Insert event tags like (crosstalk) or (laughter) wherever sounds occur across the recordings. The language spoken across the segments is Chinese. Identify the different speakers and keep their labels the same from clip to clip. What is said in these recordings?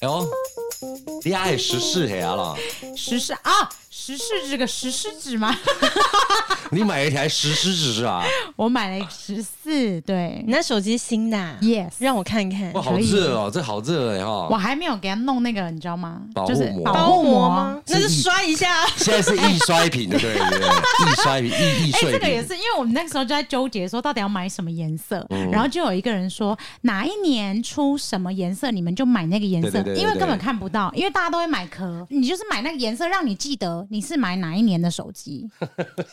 Speaker 1: 哎呦，你还识屎黑啦？
Speaker 2: 石狮啊，石狮这个石狮纸吗？
Speaker 1: 你买一台石狮纸啊？
Speaker 2: (laughs) 我买了十四，对
Speaker 3: 你那手机新的啊、
Speaker 2: ，yes，
Speaker 3: 让我看看
Speaker 1: 哇，。好热哦，这好热哎
Speaker 2: 我
Speaker 1: 哈！
Speaker 2: 还没有给他弄那个，你知道吗
Speaker 1: 保？护
Speaker 2: 就是
Speaker 1: 膜
Speaker 2: 保护膜
Speaker 3: 吗？那就刷一下。啊
Speaker 1: 现在是易衰品的，对不对？易衰品，易易
Speaker 2: 哎、
Speaker 1: 碎
Speaker 2: 这个也
Speaker 1: 品。
Speaker 2: 是，因为我们那个时候就在纠结说到底要买什么颜色，
Speaker 1: 嗯
Speaker 2: 然后就有一个人说哪一年出什么颜色，你们就买那个颜色，
Speaker 1: 对对对对
Speaker 2: 因为
Speaker 1: 对
Speaker 2: 根本看不到，因为大家都会买壳，你就是买那个颜色，让你记得你是买哪一年的手机。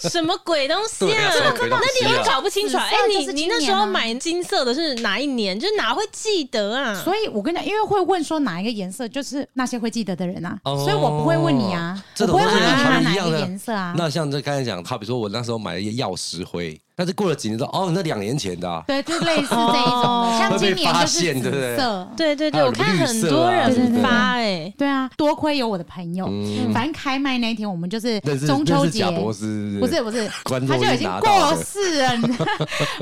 Speaker 3: 什么鬼东西
Speaker 1: 对
Speaker 3: 啊
Speaker 1: 啊什么？鬼
Speaker 3: 那
Speaker 1: 东西啊
Speaker 3: 你又搞不清楚啊？
Speaker 2: 紫
Speaker 3: 哎
Speaker 2: 色，就
Speaker 3: 你
Speaker 2: 是
Speaker 3: 你
Speaker 2: 今
Speaker 3: 那时
Speaker 2: 年啊
Speaker 3: 候买金色的是哪一年？就是哪会记得
Speaker 1: 嗯
Speaker 3: 啊？
Speaker 2: 所以我跟你讲，因为会问说哪一个颜色，就是那些会记得的人啊，
Speaker 1: 哦
Speaker 2: 所以我不会问你啊，
Speaker 1: 这
Speaker 2: 我
Speaker 1: 种
Speaker 2: 不会
Speaker 1: 东
Speaker 2: 问
Speaker 1: 西
Speaker 2: 你
Speaker 1: 啊他
Speaker 2: 买
Speaker 1: 们
Speaker 2: 哪
Speaker 1: 一
Speaker 2: 一
Speaker 1: 样
Speaker 2: 个
Speaker 1: 的
Speaker 2: 颜色啊。
Speaker 1: 那像这刚才讲，好比说我那时候买了一个药石灰，但是过了几年之后，哦，那两年前的啊、
Speaker 2: 对，就类似这一种的，
Speaker 3: 哦
Speaker 2: 像今年
Speaker 1: (laughs) 会被
Speaker 2: 就是
Speaker 1: 发现对不对
Speaker 2: 紫色，
Speaker 3: 对对
Speaker 1: 还
Speaker 3: 对，
Speaker 1: 有
Speaker 3: 我看很
Speaker 1: 绿色
Speaker 3: 多
Speaker 1: 啊
Speaker 2: 对对
Speaker 3: 人
Speaker 2: 对
Speaker 3: 发哎，
Speaker 2: 对啊，多亏有我的朋友，
Speaker 1: 嗯
Speaker 2: 反正开麦那一天我们就是
Speaker 1: 但是
Speaker 2: 中秋
Speaker 1: 那是
Speaker 2: 节
Speaker 1: 贾，博士
Speaker 2: 不是不是，
Speaker 1: 观
Speaker 2: 他
Speaker 1: 众
Speaker 2: 就已经
Speaker 1: 拿到
Speaker 2: 过
Speaker 1: 的，
Speaker 2: 世了。你 (laughs) 知道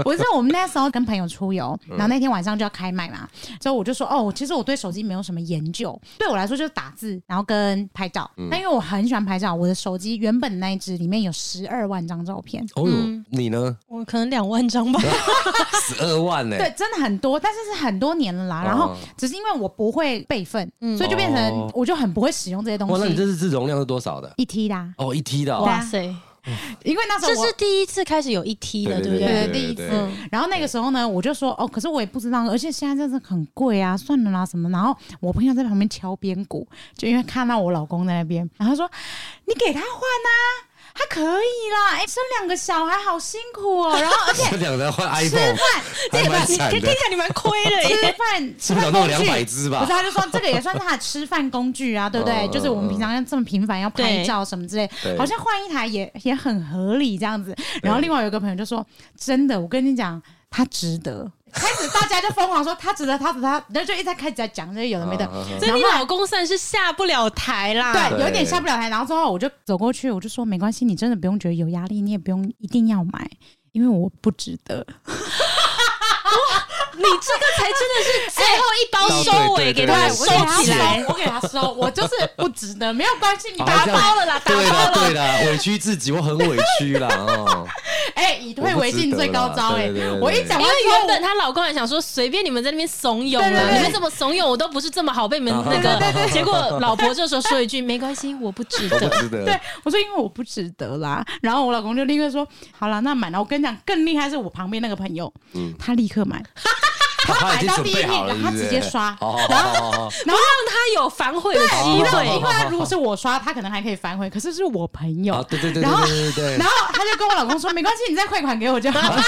Speaker 2: 不是我们那时候跟朋友出游，
Speaker 1: 嗯
Speaker 2: 然后那天晚上就要开麦嘛，所以我就说哦，其实我对手机没有什么研究，对我来说就是打字，然后跟拍照。
Speaker 1: 嗯
Speaker 2: 但因为我很喜欢拍照，我的手机原本那一只里面有十二万张照片。
Speaker 1: 哦哟，你呢？
Speaker 3: 我可能两万张吧。
Speaker 1: 十二万呢、
Speaker 2: (laughs) 对，真的很多，但是是很多年了啦。然后
Speaker 1: 哦
Speaker 2: 只是因为我不会备份，所以就变成
Speaker 1: 哦
Speaker 2: 我就很不会使用这些东
Speaker 1: 哇，那你这
Speaker 2: 西。
Speaker 1: 是自容量是多少的？
Speaker 2: 一 T 啦，
Speaker 1: 哦，一 T 的、哦，
Speaker 3: 哇塞，
Speaker 2: 因为那时
Speaker 3: 这
Speaker 2: 候我
Speaker 3: 是第一次开始有一 T 的，对不
Speaker 2: 对
Speaker 3: 对？
Speaker 2: 第一次
Speaker 1: 对
Speaker 2: 然后那个时候呢，我就说哦，可是我也不知道，而且现在真的很贵啊，算了啦什么。然后我朋友在旁边敲边鼓，就因为看到我老公在那边，然后说你给他换啊，他可以啦，哎、生两个小孩好辛苦哦。然后而且
Speaker 1: 这 (laughs) 两个换 iPhone，还蛮
Speaker 3: 你
Speaker 1: 惨
Speaker 3: 听起
Speaker 1: 的。
Speaker 3: 来你蛮亏 (laughs) 的耶。
Speaker 1: 哎
Speaker 2: 吃饭吃
Speaker 1: 至少
Speaker 2: 饭
Speaker 1: 弄
Speaker 2: 工
Speaker 1: 两百
Speaker 2: 具。
Speaker 1: 只
Speaker 2: 不
Speaker 1: 吧
Speaker 2: 是，，他啊就说这个也算是他的吃饭工具啊，对不对？
Speaker 1: 嗯
Speaker 2: 就是我们平常要这么频繁要拍
Speaker 3: 对
Speaker 2: 照什么之类，
Speaker 1: 对
Speaker 2: 好像换一台也也很合理这样子。然后另外有一个朋友就说：“真的，我跟你讲，他值得。”开始大家就疯狂说他值得，他值得，他然后就一直在开始在讲这些有的没的
Speaker 1: 嗯嗯，
Speaker 3: 所以
Speaker 2: 然
Speaker 3: 你
Speaker 2: 后后来
Speaker 3: 老公算是下不了台啦。
Speaker 2: 对，
Speaker 1: 对
Speaker 2: 有一点下不了台。然后之后我就走过去，我就说没关系，你真的不用觉得有压力，你也不用一定要买，因为我不值得。
Speaker 3: 你这个才真的是最后一包收尾，
Speaker 1: 哦对
Speaker 2: 对，
Speaker 3: 给他
Speaker 1: 对
Speaker 2: 我给他
Speaker 3: 收起来。
Speaker 2: 收，我给他收，我就是不值得，没有关系，你
Speaker 1: 好
Speaker 2: 打
Speaker 1: 这样
Speaker 2: 包了啦，打
Speaker 1: 对
Speaker 2: 包
Speaker 1: 啦
Speaker 2: 了。
Speaker 1: 对啦，委屈自己，我很委屈
Speaker 2: (laughs)
Speaker 1: 啦哦。
Speaker 2: 哎、以退为进最高招哎、
Speaker 1: 我不值得啦对对对
Speaker 2: 我一讲
Speaker 3: 因
Speaker 2: 完
Speaker 3: 为
Speaker 2: 之后
Speaker 3: 原本她老公还想说，随便你们在那边怂恿
Speaker 2: 对对
Speaker 3: 了，
Speaker 2: 对
Speaker 3: 你们怎么怂恿我都不是这么好被你们那个。结果老婆这时候说一句：“没关系，我不值
Speaker 1: 我不
Speaker 3: 得。
Speaker 1: 值得。
Speaker 2: 对我说因为我不值得啦，然后我老公就立刻说好啦，那买了。我跟你讲，更厉害是我旁边那个朋友，
Speaker 1: 嗯
Speaker 2: 他立刻买，
Speaker 1: 他已
Speaker 2: 买
Speaker 1: 经
Speaker 2: 到
Speaker 1: 准
Speaker 2: 第一
Speaker 1: 备好
Speaker 2: 名
Speaker 1: 了，
Speaker 2: 了，他直接刷，
Speaker 1: 好好好好好，
Speaker 2: 然后。”
Speaker 3: 让他有反悔的机
Speaker 2: 因为
Speaker 3: 会
Speaker 2: 因。为他如果是我刷，他可能还可以反悔，可是是我朋友
Speaker 1: 啊，对对对
Speaker 2: 然
Speaker 1: 对
Speaker 2: 后
Speaker 1: 对对
Speaker 2: 然
Speaker 1: 对，
Speaker 2: 后他就跟我老公说：“没关系，你再汇款给我就好了。”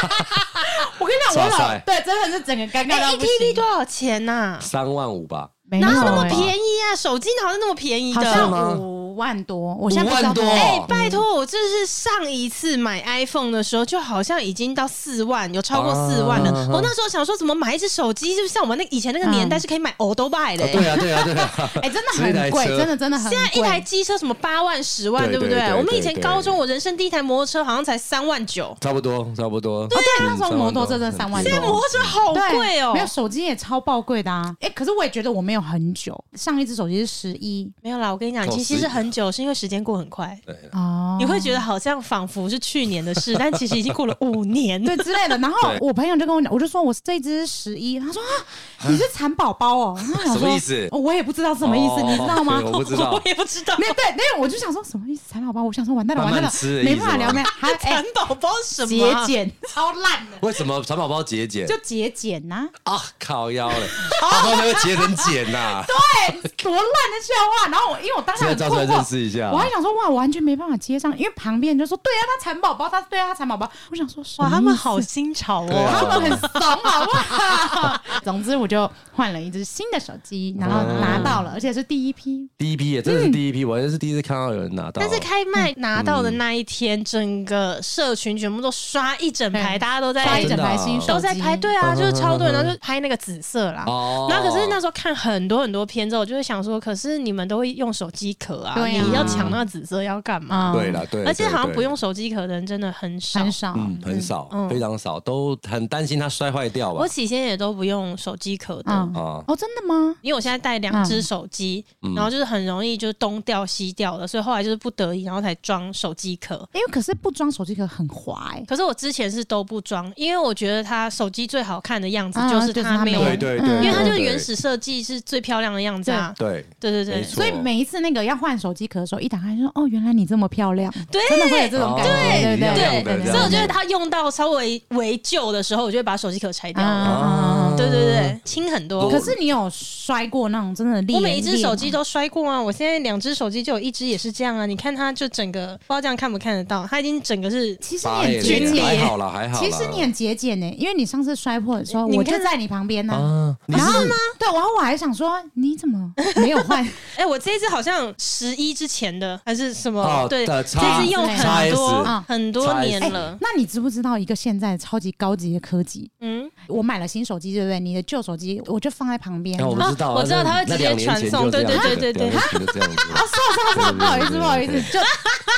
Speaker 2: (laughs) 我跟你讲，
Speaker 1: 哇
Speaker 2: 我老
Speaker 1: 塞
Speaker 2: 对真的是整个尴尬到
Speaker 3: 哎
Speaker 2: 不行
Speaker 3: ，ATV，多少钱呐？
Speaker 1: 三万五吧，
Speaker 2: 啊没有
Speaker 3: 哪有那么
Speaker 2: 哎
Speaker 3: 便宜啊？手机哪有那么便宜
Speaker 2: 好
Speaker 3: 的？
Speaker 2: 像五万多，我现在不知道
Speaker 1: 万多，
Speaker 3: 哎，拜托，我这是上一次买 iPhone 的时候，就好像已经到四万，有超过四万了
Speaker 1: 啊。
Speaker 3: 我那时候想说，怎么买一只手机，就是像我们那以前那个年代
Speaker 2: 嗯
Speaker 3: 是可以买 o l d b y 的、欸
Speaker 1: 啊对啊对啊对 (laughs) 啊，
Speaker 2: 哎，真的
Speaker 1: 直接来
Speaker 2: 很贵，
Speaker 1: 车
Speaker 2: 真的真的很
Speaker 3: 现
Speaker 2: 贵。
Speaker 3: 在一台机车什么八万、十万，
Speaker 1: 对
Speaker 3: 对不
Speaker 1: 对对对
Speaker 3: 我们以前
Speaker 1: 对
Speaker 3: 高中，我人生第一台摩托车好像才三万九，
Speaker 1: 差不多差不多。
Speaker 2: 哦，对啊，那
Speaker 1: 嗯
Speaker 2: 时候摩托车真的三万多，
Speaker 3: 现在摩托车哦好
Speaker 2: 对
Speaker 3: 贵哦
Speaker 2: 没有。手机也超爆贵的啊！哎、可是我也觉得我没有很久，上一只手机是十一
Speaker 3: 没有啦，我跟你讲，
Speaker 1: 哦
Speaker 3: 其实
Speaker 1: 十
Speaker 3: 是很久，是因为时间过很快，
Speaker 2: 哦，
Speaker 3: 你会觉得好像仿佛是去年的事，但其实已经过了五年。
Speaker 2: 对之类的。然后
Speaker 1: (laughs) 对
Speaker 2: 我朋友就跟我讲，我就说我这一只是十一，他说
Speaker 1: (laughs)
Speaker 2: 啊，你是蚕宝宝哦，然后我想
Speaker 1: 什么
Speaker 2: 说
Speaker 1: 意思
Speaker 2: 哦我也不知道什么意思，
Speaker 1: 哦
Speaker 2: 你知道吗
Speaker 1: (laughs) 对？我不知道
Speaker 3: (laughs) 我。也不知道
Speaker 2: (laughs) 没有对，那个我就想说什么意思？蚕宝宝，我想说完蛋了，
Speaker 1: 慢
Speaker 2: 完
Speaker 1: 慢
Speaker 2: 蛋了
Speaker 1: 吃的，意
Speaker 2: 没
Speaker 1: 思
Speaker 2: 办法聊
Speaker 1: 吗
Speaker 3: (laughs)
Speaker 2: 那还哎
Speaker 3: 蚕宝宝是什么
Speaker 2: 节
Speaker 3: 啊？ (laughs)
Speaker 2: 俭，超烂的，
Speaker 1: 为什么蚕宝宝节俭
Speaker 2: 就啊节俭呐，
Speaker 1: 啊？靠腰
Speaker 2: (laughs)
Speaker 1: 嘞，啊他们那个节能俭呐，
Speaker 2: 对，多烂的笑话。然后我因为我当时
Speaker 1: 现在
Speaker 2: 很
Speaker 1: 照出来
Speaker 2: 困
Speaker 1: 认
Speaker 2: 惑，
Speaker 1: 识一下
Speaker 2: 我。还想说哇，我完全没办法接上，因为旁边人就说对啊，他蚕宝宝，他对啊，他蚕宝宝。我想说什么
Speaker 3: 哇，他们
Speaker 2: 意思
Speaker 3: 好新潮
Speaker 1: 对
Speaker 3: 哦！
Speaker 1: 啊
Speaker 2: 他们很怂，好不好？ (laughs) 总之，我就换了一只新的手机，然后拿到了，而且是第一批。
Speaker 1: 第一批也真的是第一批，我还是第一次看到有人拿到。
Speaker 3: 但是开麦拿到的那一天，整个社群全部都刷一整排，
Speaker 2: 嗯
Speaker 3: 大家都在
Speaker 2: 刷一
Speaker 1: 真
Speaker 2: 整
Speaker 1: 的啊
Speaker 2: 排新手机
Speaker 3: 都在排，队啊，
Speaker 1: 嗯
Speaker 3: 就是超多人，然后就拍那个紫色啦。
Speaker 1: 哦
Speaker 3: 那可是那时候看很多很多片之后，我就会想说，可是你们都会用手机壳啊，
Speaker 2: 对啊
Speaker 3: 你要抢那个紫色要干
Speaker 2: 嗯
Speaker 3: 嘛？
Speaker 1: 对了，对，
Speaker 3: 而且
Speaker 1: 对
Speaker 3: 好像不，用
Speaker 1: 对
Speaker 3: 手机壳的人真的很少
Speaker 2: 很。少，
Speaker 1: 嗯，很少，
Speaker 3: 嗯
Speaker 1: 非常少，都很担心它摔坏掉吧
Speaker 3: 我。起先也都不用手机壳的，
Speaker 2: 嗯，
Speaker 1: 啊，
Speaker 2: 哦，真的吗？
Speaker 3: 因为我现在带两只手机，
Speaker 1: 嗯
Speaker 3: 然后就是很容易就是东掉西掉的，所以后来就是不得已，然后才装手机壳。
Speaker 2: 因为可是不装手机壳很滑哎、
Speaker 3: 可是我之前是都不装，因为我觉得它手机最好看的样子
Speaker 2: 啊
Speaker 3: 就是
Speaker 2: 就是
Speaker 3: 它
Speaker 2: 它
Speaker 3: 没有，
Speaker 2: 没有嗯
Speaker 1: 对对对，
Speaker 3: 因为它就
Speaker 1: 对
Speaker 3: 是原，始设计是最漂亮的样子啊。
Speaker 1: 对
Speaker 3: 对对对
Speaker 1: 没，错
Speaker 2: 所以每一次那个要换手机壳的时候，一打开就说哦，原来你这么漂亮，
Speaker 3: 对
Speaker 2: 真的会有这种感觉，
Speaker 1: 哦
Speaker 2: 对
Speaker 1: 一
Speaker 2: 对
Speaker 1: 样的
Speaker 2: 对对，
Speaker 1: 这
Speaker 3: 所以
Speaker 1: 样
Speaker 3: 我觉得它用到稍微为旧的时候，我就会把手机壳拆掉了。
Speaker 2: 啊
Speaker 1: 啊
Speaker 3: 对对对，轻很多。
Speaker 1: 如
Speaker 2: 可是你有摔过那种真的裂？
Speaker 3: 我每一只
Speaker 2: 裂
Speaker 3: 手机都摔过啊！我现在两只手机就有一只也是这样啊！你看它就整个，不知道这样看不看得到，它已经整个是
Speaker 2: 其实
Speaker 1: 八
Speaker 2: 你
Speaker 1: 类
Speaker 2: 很节
Speaker 3: 军
Speaker 1: 的
Speaker 3: 礼
Speaker 2: 俭，
Speaker 1: 还好啦，还好啦。
Speaker 2: 其实你很节俭呢、因为你上次摔破的时候，
Speaker 3: 你
Speaker 2: 我就
Speaker 3: 看
Speaker 2: 在你旁边呢、
Speaker 1: 啊，你
Speaker 2: 然后
Speaker 1: 是
Speaker 2: 呢？对，然后我还想说，你怎么没有换？ (laughs)
Speaker 3: 哎、我这一只好像十一之前的还是什么？
Speaker 1: 哦
Speaker 3: 对，
Speaker 1: 的
Speaker 3: 这
Speaker 1: 叉
Speaker 3: 一只用很
Speaker 1: XS
Speaker 3: 多、
Speaker 2: 嗯
Speaker 3: 很多年
Speaker 2: 哎、
Speaker 3: 了。
Speaker 2: 那你知不知道一个现在超级高级的科技？
Speaker 3: 嗯，
Speaker 2: 我买了新手机，对不对？你的旧手机我就放在旁边。
Speaker 1: 啊我
Speaker 2: 哦，
Speaker 1: 们知道啊，
Speaker 3: 啊我知道
Speaker 1: 那
Speaker 3: 它会直接
Speaker 1: 那两年
Speaker 3: 传
Speaker 1: 前
Speaker 3: 送
Speaker 1: 就这样
Speaker 3: 对
Speaker 1: 子
Speaker 3: 对对对对
Speaker 1: 两年前就这样子，
Speaker 2: 是是是，
Speaker 1: 对对对
Speaker 2: (laughs) 不好意思，
Speaker 1: 对
Speaker 2: 不好意思
Speaker 1: 对，
Speaker 2: 就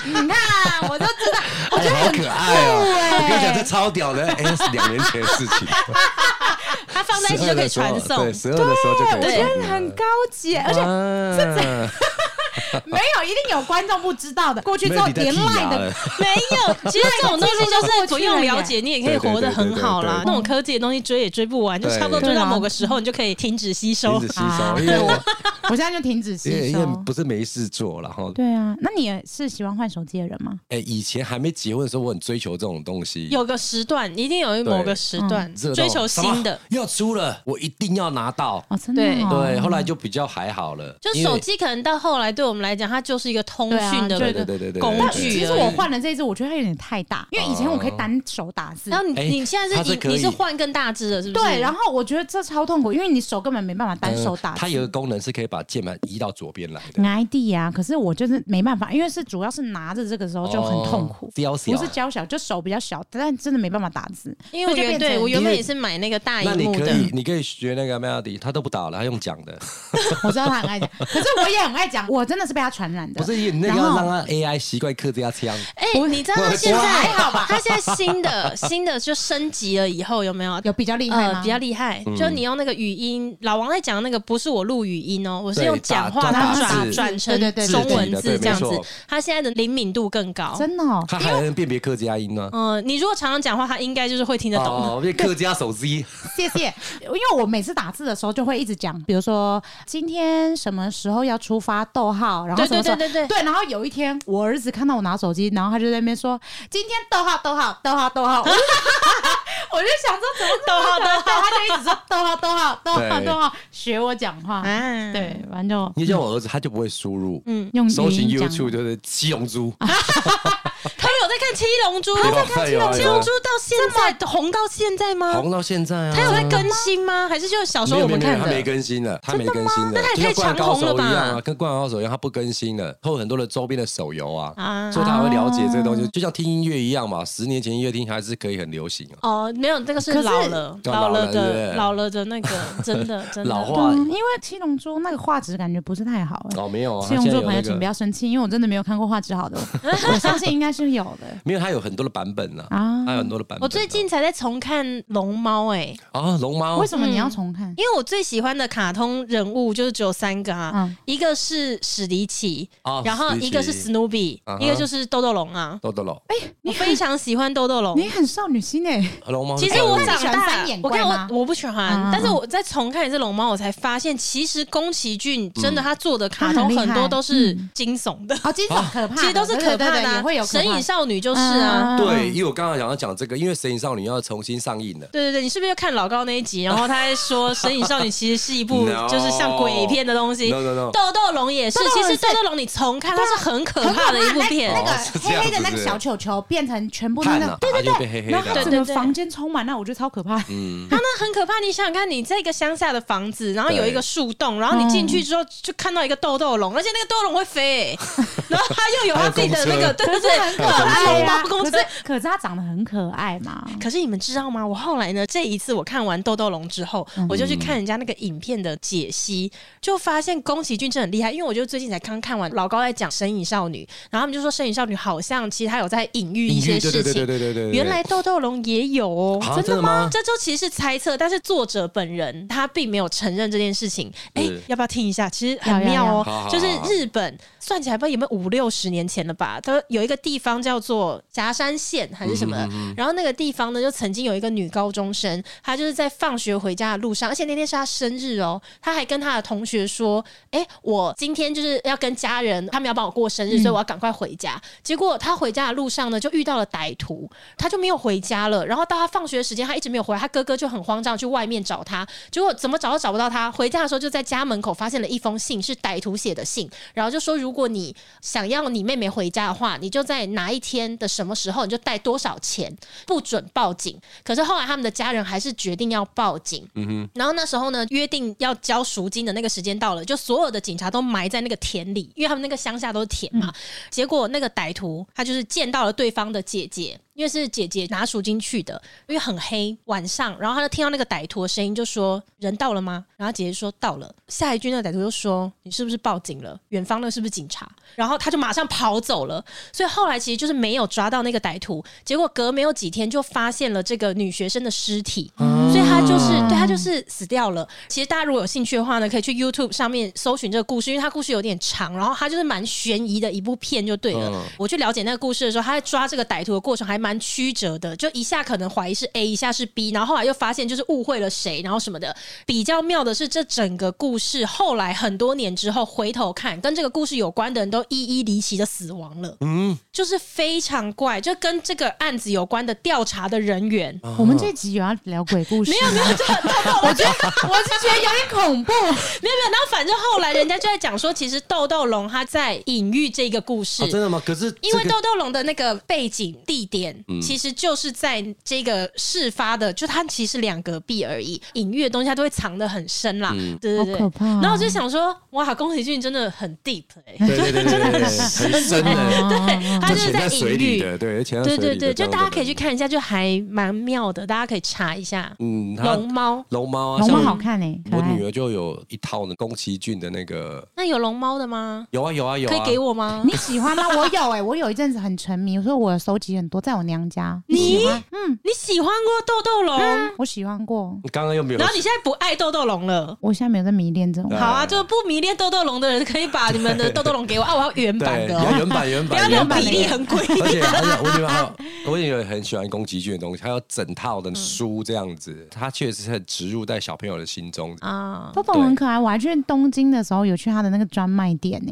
Speaker 2: 你看，我就
Speaker 1: (laughs)
Speaker 2: 知道，我觉
Speaker 1: 哎
Speaker 2: 得
Speaker 1: 好
Speaker 2: 很
Speaker 3: 哦
Speaker 1: 可爱啊！
Speaker 2: 哎
Speaker 1: 我跟你讲，这超屌
Speaker 3: (laughs)
Speaker 1: 的，哎，是两年前的事情，
Speaker 3: 它放在一起就可以传
Speaker 1: 12的时候
Speaker 3: 送
Speaker 1: 对，。十二的时候就可以
Speaker 3: 对我
Speaker 1: 传
Speaker 3: 觉
Speaker 1: 送了，
Speaker 2: 很高级，而且
Speaker 1: 且
Speaker 2: 没有，一定有观众不知道的。过去
Speaker 1: 没
Speaker 2: 之
Speaker 1: 有
Speaker 2: 后
Speaker 1: 你在啊
Speaker 2: 连
Speaker 1: 剔
Speaker 2: 赖
Speaker 1: 牙
Speaker 2: 的
Speaker 1: (laughs) 了，
Speaker 3: (laughs) 没有，其实这种东西就是不用了解，你也可以活得很
Speaker 1: 对对对对
Speaker 3: 好啦。
Speaker 1: 对对
Speaker 3: 那种科技的东西追也追不完，就
Speaker 1: 对
Speaker 3: 差不多追到某个时候，你就可以停止吸收
Speaker 1: 停止。吸
Speaker 2: 啊
Speaker 1: 收，因为我
Speaker 2: 我现在就停止
Speaker 1: 因为
Speaker 2: 吸
Speaker 1: 因为
Speaker 2: 收。
Speaker 1: 不是没事做，然后
Speaker 2: 对啊，那你也是喜欢换手机的人吗？
Speaker 1: 哎，以前还没结婚的时候，我很追求这种东西，
Speaker 3: 有个时段，一定有某个时段
Speaker 1: 热到
Speaker 3: 追求新的
Speaker 1: 什么。要出了，我一定要拿到。
Speaker 2: 哦，真的
Speaker 3: 对
Speaker 2: 哦，
Speaker 1: 对，后来就比较还好了，
Speaker 3: 就
Speaker 1: 因为
Speaker 3: 手机可能到后来对我们来讲，它就是一个通
Speaker 2: 对啊
Speaker 3: 讯的
Speaker 2: 就
Speaker 1: 对对对对对
Speaker 3: 工
Speaker 1: 但
Speaker 3: 具
Speaker 2: 其实
Speaker 3: 而已
Speaker 2: 我换了这一只，我觉得它有点太大，因为以前我可以
Speaker 1: 哦
Speaker 2: 单手打字
Speaker 3: 然，后你、
Speaker 1: 哎
Speaker 3: 你现在
Speaker 1: 它
Speaker 3: 是
Speaker 1: 是
Speaker 3: 你
Speaker 1: 可以
Speaker 3: 你是换更大只的，是不是？
Speaker 2: 对，然后我觉得这超痛苦，因为你手根本没办法单手打
Speaker 1: 呃
Speaker 2: 字。
Speaker 1: 它有一个功能是可以把键盘移到左边来的，
Speaker 2: ID 啊，可是我就是没办法，因为是主要是拿着这个时候就很痛苦
Speaker 1: 哦，雕小
Speaker 2: 不是娇小，就手比较小，但真的没办法打字。
Speaker 3: 因为我
Speaker 2: 所以就变成
Speaker 3: 原对我原
Speaker 1: 因
Speaker 3: 本
Speaker 1: 为
Speaker 3: 也是买那个大
Speaker 1: 那
Speaker 3: 荧
Speaker 1: 你
Speaker 3: 幕
Speaker 1: 可
Speaker 3: 的，
Speaker 1: 以，你可以学那个 Melody，他都不打了，他用讲
Speaker 2: (laughs)
Speaker 1: 的，
Speaker 2: 我知道他很爱讲，可是我也很爱讲，我真的是被他传染的。
Speaker 1: 不是你那个
Speaker 2: 啊然
Speaker 1: 要
Speaker 2: 后
Speaker 1: 让他 AI 习惯克这家枪，
Speaker 3: 哎、你知道它现
Speaker 1: 我
Speaker 3: 在
Speaker 2: 还好吧
Speaker 3: 它现在新的 (laughs) 新的就升级了以后有没有？
Speaker 2: 有比较厉害
Speaker 3: 呃，
Speaker 2: 吗？
Speaker 3: 比较厉害，
Speaker 1: 嗯
Speaker 3: 就你用那个语音，老王在讲的那个不是我录语音哦，我是
Speaker 1: 对
Speaker 3: 用讲话
Speaker 1: 打
Speaker 3: 然后
Speaker 1: 打
Speaker 3: 转
Speaker 1: 字
Speaker 3: 转成
Speaker 2: 对对对
Speaker 3: 中文
Speaker 1: 字体
Speaker 3: 字
Speaker 1: 的对
Speaker 3: 这样子
Speaker 1: 没错。
Speaker 3: 它现在的灵敏度更高。
Speaker 2: 真的哦，
Speaker 1: 他还能辨别客家音呢。
Speaker 3: 嗯、你如果常常讲话，它应该就是会听得懂。
Speaker 1: 哦，变客家手机，
Speaker 2: 谢谢。因为我每次打字的时候就会一直讲，比如说今天什么时候要出发，逗号，然后
Speaker 3: 对
Speaker 2: 什么
Speaker 3: 对
Speaker 2: 时候
Speaker 3: 对对对，
Speaker 2: 对，然后有一天我儿子看到我拿手机，然后他就在那边说：“今天逗号逗号逗号逗号。”我就我就想说怎么这么
Speaker 3: 逗号
Speaker 2: (laughs) 可爱他就一直说逗号逗号逗号
Speaker 1: 对
Speaker 2: 逗号，学我讲话。
Speaker 3: 啊，
Speaker 2: 对，反正就
Speaker 1: 你像我儿子，他就不会输入，
Speaker 3: 嗯，
Speaker 2: 用
Speaker 1: 搜
Speaker 2: 语
Speaker 1: 寻
Speaker 2: 音讲。啊
Speaker 1: YouTube 就是七龙珠，
Speaker 3: 他有在看《七龙珠》，
Speaker 1: 有看有啊
Speaker 3: 七
Speaker 1: 有
Speaker 3: 龙
Speaker 1: 啊
Speaker 3: 珠》到现在红到现在吗？
Speaker 1: 红到现在啊。
Speaker 3: 他有在更新吗？还是就是小时候
Speaker 1: 没有
Speaker 3: 我
Speaker 1: 没有
Speaker 3: 们
Speaker 1: 没有，
Speaker 3: 看
Speaker 1: 他没
Speaker 3: 的？
Speaker 1: 更新了，他没更新了，
Speaker 3: 那
Speaker 1: 就
Speaker 3: 也
Speaker 1: 跟
Speaker 3: 太
Speaker 1: 《灌篮高
Speaker 3: 长红了
Speaker 1: 手》一
Speaker 3: 吧
Speaker 1: 样啊，跟《灌篮高手》一样，他不更新了，后很多的周边的手游啊，
Speaker 3: 啊
Speaker 1: 所以他还会了解这个东西，就像听音乐一样嘛，十年前音乐厅还是可以很流行啊。
Speaker 3: 哦，没有，这个是
Speaker 2: 可是
Speaker 3: 老了，
Speaker 1: 哦
Speaker 3: 老
Speaker 1: 老
Speaker 3: 了
Speaker 1: 了对不
Speaker 3: 的，
Speaker 1: 对
Speaker 3: 老了的那个，
Speaker 1: (laughs)
Speaker 3: 真的，真的
Speaker 1: 老化
Speaker 2: 嗯，因为七龙珠那个画质感觉不是太好。
Speaker 1: 哦，没有
Speaker 3: 嗯
Speaker 1: 啊，他
Speaker 2: 七龙
Speaker 1: 现
Speaker 2: 珠
Speaker 1: 在有
Speaker 2: 的朋友
Speaker 1: 那
Speaker 2: 请不
Speaker 1: 个，
Speaker 2: 要生气，因为我真的没有看过画质好的，我相信应该是有的。
Speaker 1: 没有，它有很多的版本呢，
Speaker 2: 啊
Speaker 1: 它有很多的版本啊。
Speaker 3: 我最近才在重看《龙猫》哎，
Speaker 1: 啊，龙猫
Speaker 2: 为什么你要重看？
Speaker 3: 因为我最喜欢的卡通人物就是只有三个啊，
Speaker 2: 嗯
Speaker 3: 一个是史迪奇，
Speaker 1: 哦
Speaker 3: 然后
Speaker 1: 史迪
Speaker 3: 一
Speaker 1: 奇
Speaker 3: 个是史努比，
Speaker 1: 啊哈
Speaker 3: 一个就是豆豆龙啊。
Speaker 1: 豆豆龙，
Speaker 3: 我非常喜欢豆豆龙。
Speaker 2: 嗯你很少女心欸诶、
Speaker 1: 龙猫是
Speaker 3: 哎其
Speaker 1: 动物。
Speaker 3: 实我
Speaker 2: 哦那
Speaker 3: 长
Speaker 2: 你喜欢
Speaker 3: 大
Speaker 2: 三眼，
Speaker 3: 我
Speaker 2: 怪
Speaker 3: 跟我
Speaker 2: 吗
Speaker 3: 我不喜
Speaker 2: 嗯
Speaker 3: 欢，但是我在重看一次《龙猫》，我才发现其实宫崎骏
Speaker 1: 嗯
Speaker 3: 真的他做的
Speaker 2: 他
Speaker 3: 卡
Speaker 2: 很
Speaker 3: 通
Speaker 2: 厉害
Speaker 3: 很多都是
Speaker 2: 嗯
Speaker 3: 惊悚的，
Speaker 2: 哦，今种可怕的，
Speaker 3: 啊 (laughs) 其实都是
Speaker 2: 对
Speaker 3: 可怕
Speaker 2: 对
Speaker 3: 的
Speaker 2: 对
Speaker 3: 啊
Speaker 2: 也会有。可怕嗯
Speaker 3: 神
Speaker 2: 的
Speaker 3: 隐少女就是啊，
Speaker 1: 对，因为我刚刚想要讲这个，因为《神隐少女》要重新上映了。
Speaker 3: 对对对，你是不是又看老高那一集？然后他还说
Speaker 2: (laughs)
Speaker 3: 《神隐少女》其实是一部
Speaker 1: No
Speaker 3: 就是像鬼片的东西。
Speaker 1: No no no，
Speaker 3: 豆豆龙也是
Speaker 2: 豆，豆
Speaker 3: 其
Speaker 2: 龙
Speaker 3: 实
Speaker 2: 是啊
Speaker 3: 豆豆龙你重看它是很可
Speaker 2: 很
Speaker 3: 怕的一部
Speaker 2: 那
Speaker 3: 片，
Speaker 2: 那个
Speaker 1: 哦是这
Speaker 2: 黑
Speaker 1: 样
Speaker 2: 黑的
Speaker 1: 子
Speaker 2: 那个
Speaker 1: 是
Speaker 2: 小球球变成全部都
Speaker 1: 看
Speaker 2: 那
Speaker 1: 了
Speaker 2: 对对
Speaker 1: 它就变黑
Speaker 2: 对，
Speaker 1: 黑
Speaker 2: 然
Speaker 1: 的
Speaker 2: 后
Speaker 1: 啊
Speaker 3: (laughs)
Speaker 2: 整个房间充满，那我觉得超可怕。
Speaker 1: 嗯，
Speaker 3: 啊，那很可怕！你想想看，你在一个乡下的房子，然后有一个树洞，然后你进去之后就看到一个豆豆龙，而且那个豆龙会飞、欸然后它又有它自己的那
Speaker 1: 还
Speaker 3: 个，
Speaker 1: 有
Speaker 3: 对对对，很
Speaker 1: 哎
Speaker 2: 可爱啊！
Speaker 3: 公
Speaker 2: 可
Speaker 3: 车
Speaker 2: 是。可是它长得很可爱嘛，
Speaker 3: 可是你们知道吗？我后来呢，这一次我看完《豆豆龙》之后，我就去看人家那个影片的解析，就发现宫崎骏真的很厉害。因为我就最近才刚看完老高在讲《神隐少女》，然后他们就说《神隐少女》好像其实他有在隐喻一
Speaker 1: 隐
Speaker 3: 些
Speaker 1: 喻对
Speaker 3: 事
Speaker 1: 对对对
Speaker 3: 情。
Speaker 1: 对对对，
Speaker 3: 原来豆豆龙也有哦，
Speaker 1: 啊
Speaker 3: 真
Speaker 1: 真
Speaker 3: 的
Speaker 1: 的
Speaker 3: 吗
Speaker 1: 吗？
Speaker 3: 这就其实是猜测，但是作者本人他并没有承认这件事情。哎
Speaker 1: 是，
Speaker 3: 要不要听一下？其实很
Speaker 2: 要要
Speaker 3: 妙
Speaker 1: 要
Speaker 3: 哦，
Speaker 1: 好好
Speaker 3: 就是
Speaker 1: 好好
Speaker 3: 日本算起来不知道有没有五六十年前了吧？它有一个地方叫做夹山县还是什
Speaker 1: 嗯
Speaker 3: 么的，然后那个地方呢，就曾经有一个女高中生，她就是在放学回家的路上，而且那天是她生日哦，她还跟她的同学说：“哎，我今天就是要跟家人，他们要帮我过生日，所以我要赶快回家。结果她回家的路上呢，就遇到了歹徒，她就没有回家了。然后到她放学的时间，她一直没有回来，她哥哥就很慌张去外面找她，结果怎么找都找不到她。回家的时候就在家门口发现了一封信，是歹徒写的信，然后就说如果你想要你妹妹回家的话，你就在哪一天的什么时候你就带多少钱，不准报警。可是后来他们的家人还是决定要报警。然后那时候呢，约定要交赎金的那个时间到了，就所有的警察都埋在那个田里，因为他们那个乡下都是田嘛。结果那个歹徒他就是见到了对方的姐姐。因为是姐姐拿赎金去的，因为很黑，晚上，然后他就听到那个歹徒的声音，就说：“人到了吗？”然后姐姐说：“到了。”下一句那个歹徒就说：“你是不是报警了？远方那是不是警察？”然后他就马上跑走了。所以后来其实就是没有抓到那个歹徒，结果隔没有几天就发现了这个女学生的尸体，所以她就是对她就是死掉了。其实大家如果有兴趣的话呢，可以去 YouTube 上面搜寻这个故事，因为它故事有点长，然后它就是蛮悬疑的一部片就对了。
Speaker 1: 嗯
Speaker 3: 我去了解那个故事的时候，他在抓这个歹徒的过程还蛮曲折的，就一下可能怀疑是 A，一下是 B，然后后来又发现就是误会了谁，然后什么的。比较妙的是，这整个故事后来很多年之后回头看，跟这个故事有关的人都一一离奇的死亡了。
Speaker 1: 嗯，
Speaker 3: 就是非常怪，就跟这个案子有关的调查的人员。
Speaker 1: 啊
Speaker 2: 我们这集有要聊鬼故事，没有没有， (laughs) 我觉得我是觉得有点恐怖，
Speaker 3: 没有没有，然后反正后来人家就在讲说，其实豆豆龙他在隐喻这个故事。
Speaker 1: 啊真的吗？可是
Speaker 3: 因为
Speaker 1: 这个嗯
Speaker 3: 豆豆龙的那个背景地点，其实就是在这个事发的，就它其实两隔壁而已，隐喻的东西它都会藏得很深啦，
Speaker 1: 嗯
Speaker 3: 对对对。
Speaker 2: 好可怕哦
Speaker 3: 然后我就想说，哇，宫崎骏真的很 deep 哎、 (laughs)
Speaker 1: 对对对对对对，很深的，
Speaker 2: 对
Speaker 3: 他就是
Speaker 1: 潜在
Speaker 3: 隐
Speaker 1: 水里
Speaker 3: 喻，
Speaker 1: 的，对，潜在
Speaker 3: 对
Speaker 1: 水
Speaker 3: 对
Speaker 1: 里的
Speaker 3: 对，就大家可以去，看一下，就还蛮妙的，大家可以查一下。
Speaker 1: 嗯，它
Speaker 3: 龙猫，
Speaker 1: 龙猫啊，
Speaker 2: 龙
Speaker 1: 像
Speaker 2: 猫
Speaker 1: 我
Speaker 2: 好看欸呢，可
Speaker 1: 我
Speaker 2: 爱
Speaker 1: 女。儿就有一套呢，宫崎骏的那个，
Speaker 3: 那有龙猫的吗？
Speaker 1: 有啊有啊有啊，
Speaker 3: 可以给我吗？
Speaker 2: 你喜欢吗？我有哎、我有一阵子很沉迷，我说我有收集很多，在我娘家。
Speaker 3: 你
Speaker 2: 喜欢？嗯，
Speaker 3: 你喜欢过豆豆龙，
Speaker 2: 我喜欢过。
Speaker 1: 你刚刚又没有
Speaker 3: 然，后你现在不爱豆豆龙了。
Speaker 2: 我现在没有在迷恋这种
Speaker 1: 对，
Speaker 3: 好啊，就不迷恋豆豆龙的人可以把你们的豆豆龙给我啊，我要原版
Speaker 1: 对，
Speaker 3: 的、
Speaker 1: 要
Speaker 3: 哦，
Speaker 1: 原版原
Speaker 2: (laughs)
Speaker 3: 不要
Speaker 1: 版
Speaker 3: (laughs) 那
Speaker 1: 原
Speaker 3: 种
Speaker 1: 版
Speaker 3: 比例很贵。
Speaker 1: 而且而且我女儿还有，我女儿很喜欢宫崎骏的东西，还有整套
Speaker 3: 嗯
Speaker 1: 的书这样子，她确实是很植入在小朋友的心中。
Speaker 3: 啊，
Speaker 2: 豆豆龙很可爱。我还去东京的时候有去他的那个专卖店呢、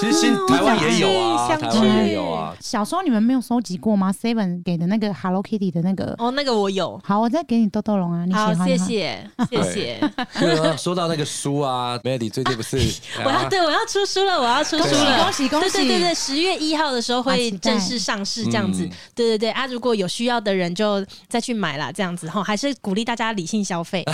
Speaker 1: 其实新台湾也有啊，
Speaker 3: 想
Speaker 1: 台
Speaker 3: 去
Speaker 1: 湾也有啊，
Speaker 2: 小时候你们没有收集过吗？Seven 给的那个 Hello Kitty 的那个。
Speaker 3: 哦，那个我有。
Speaker 2: 好，我再给你豆豆龙啊，你喜
Speaker 3: 好
Speaker 2: 欢，吗？
Speaker 3: 谢谢，谢谢。
Speaker 1: 对，说到那个书啊，Melody 最近不是
Speaker 3: (laughs) 我要对我要出书了，我要出书了，
Speaker 2: 恭喜恭喜恭喜
Speaker 3: 对对对对，十月一号的时候会
Speaker 2: 啊期待
Speaker 3: 正式上市，这样子。
Speaker 1: 嗯
Speaker 3: 对对对啊，如果有需要的人就再去买啦，这样子哈，还是鼓励大家理性消费。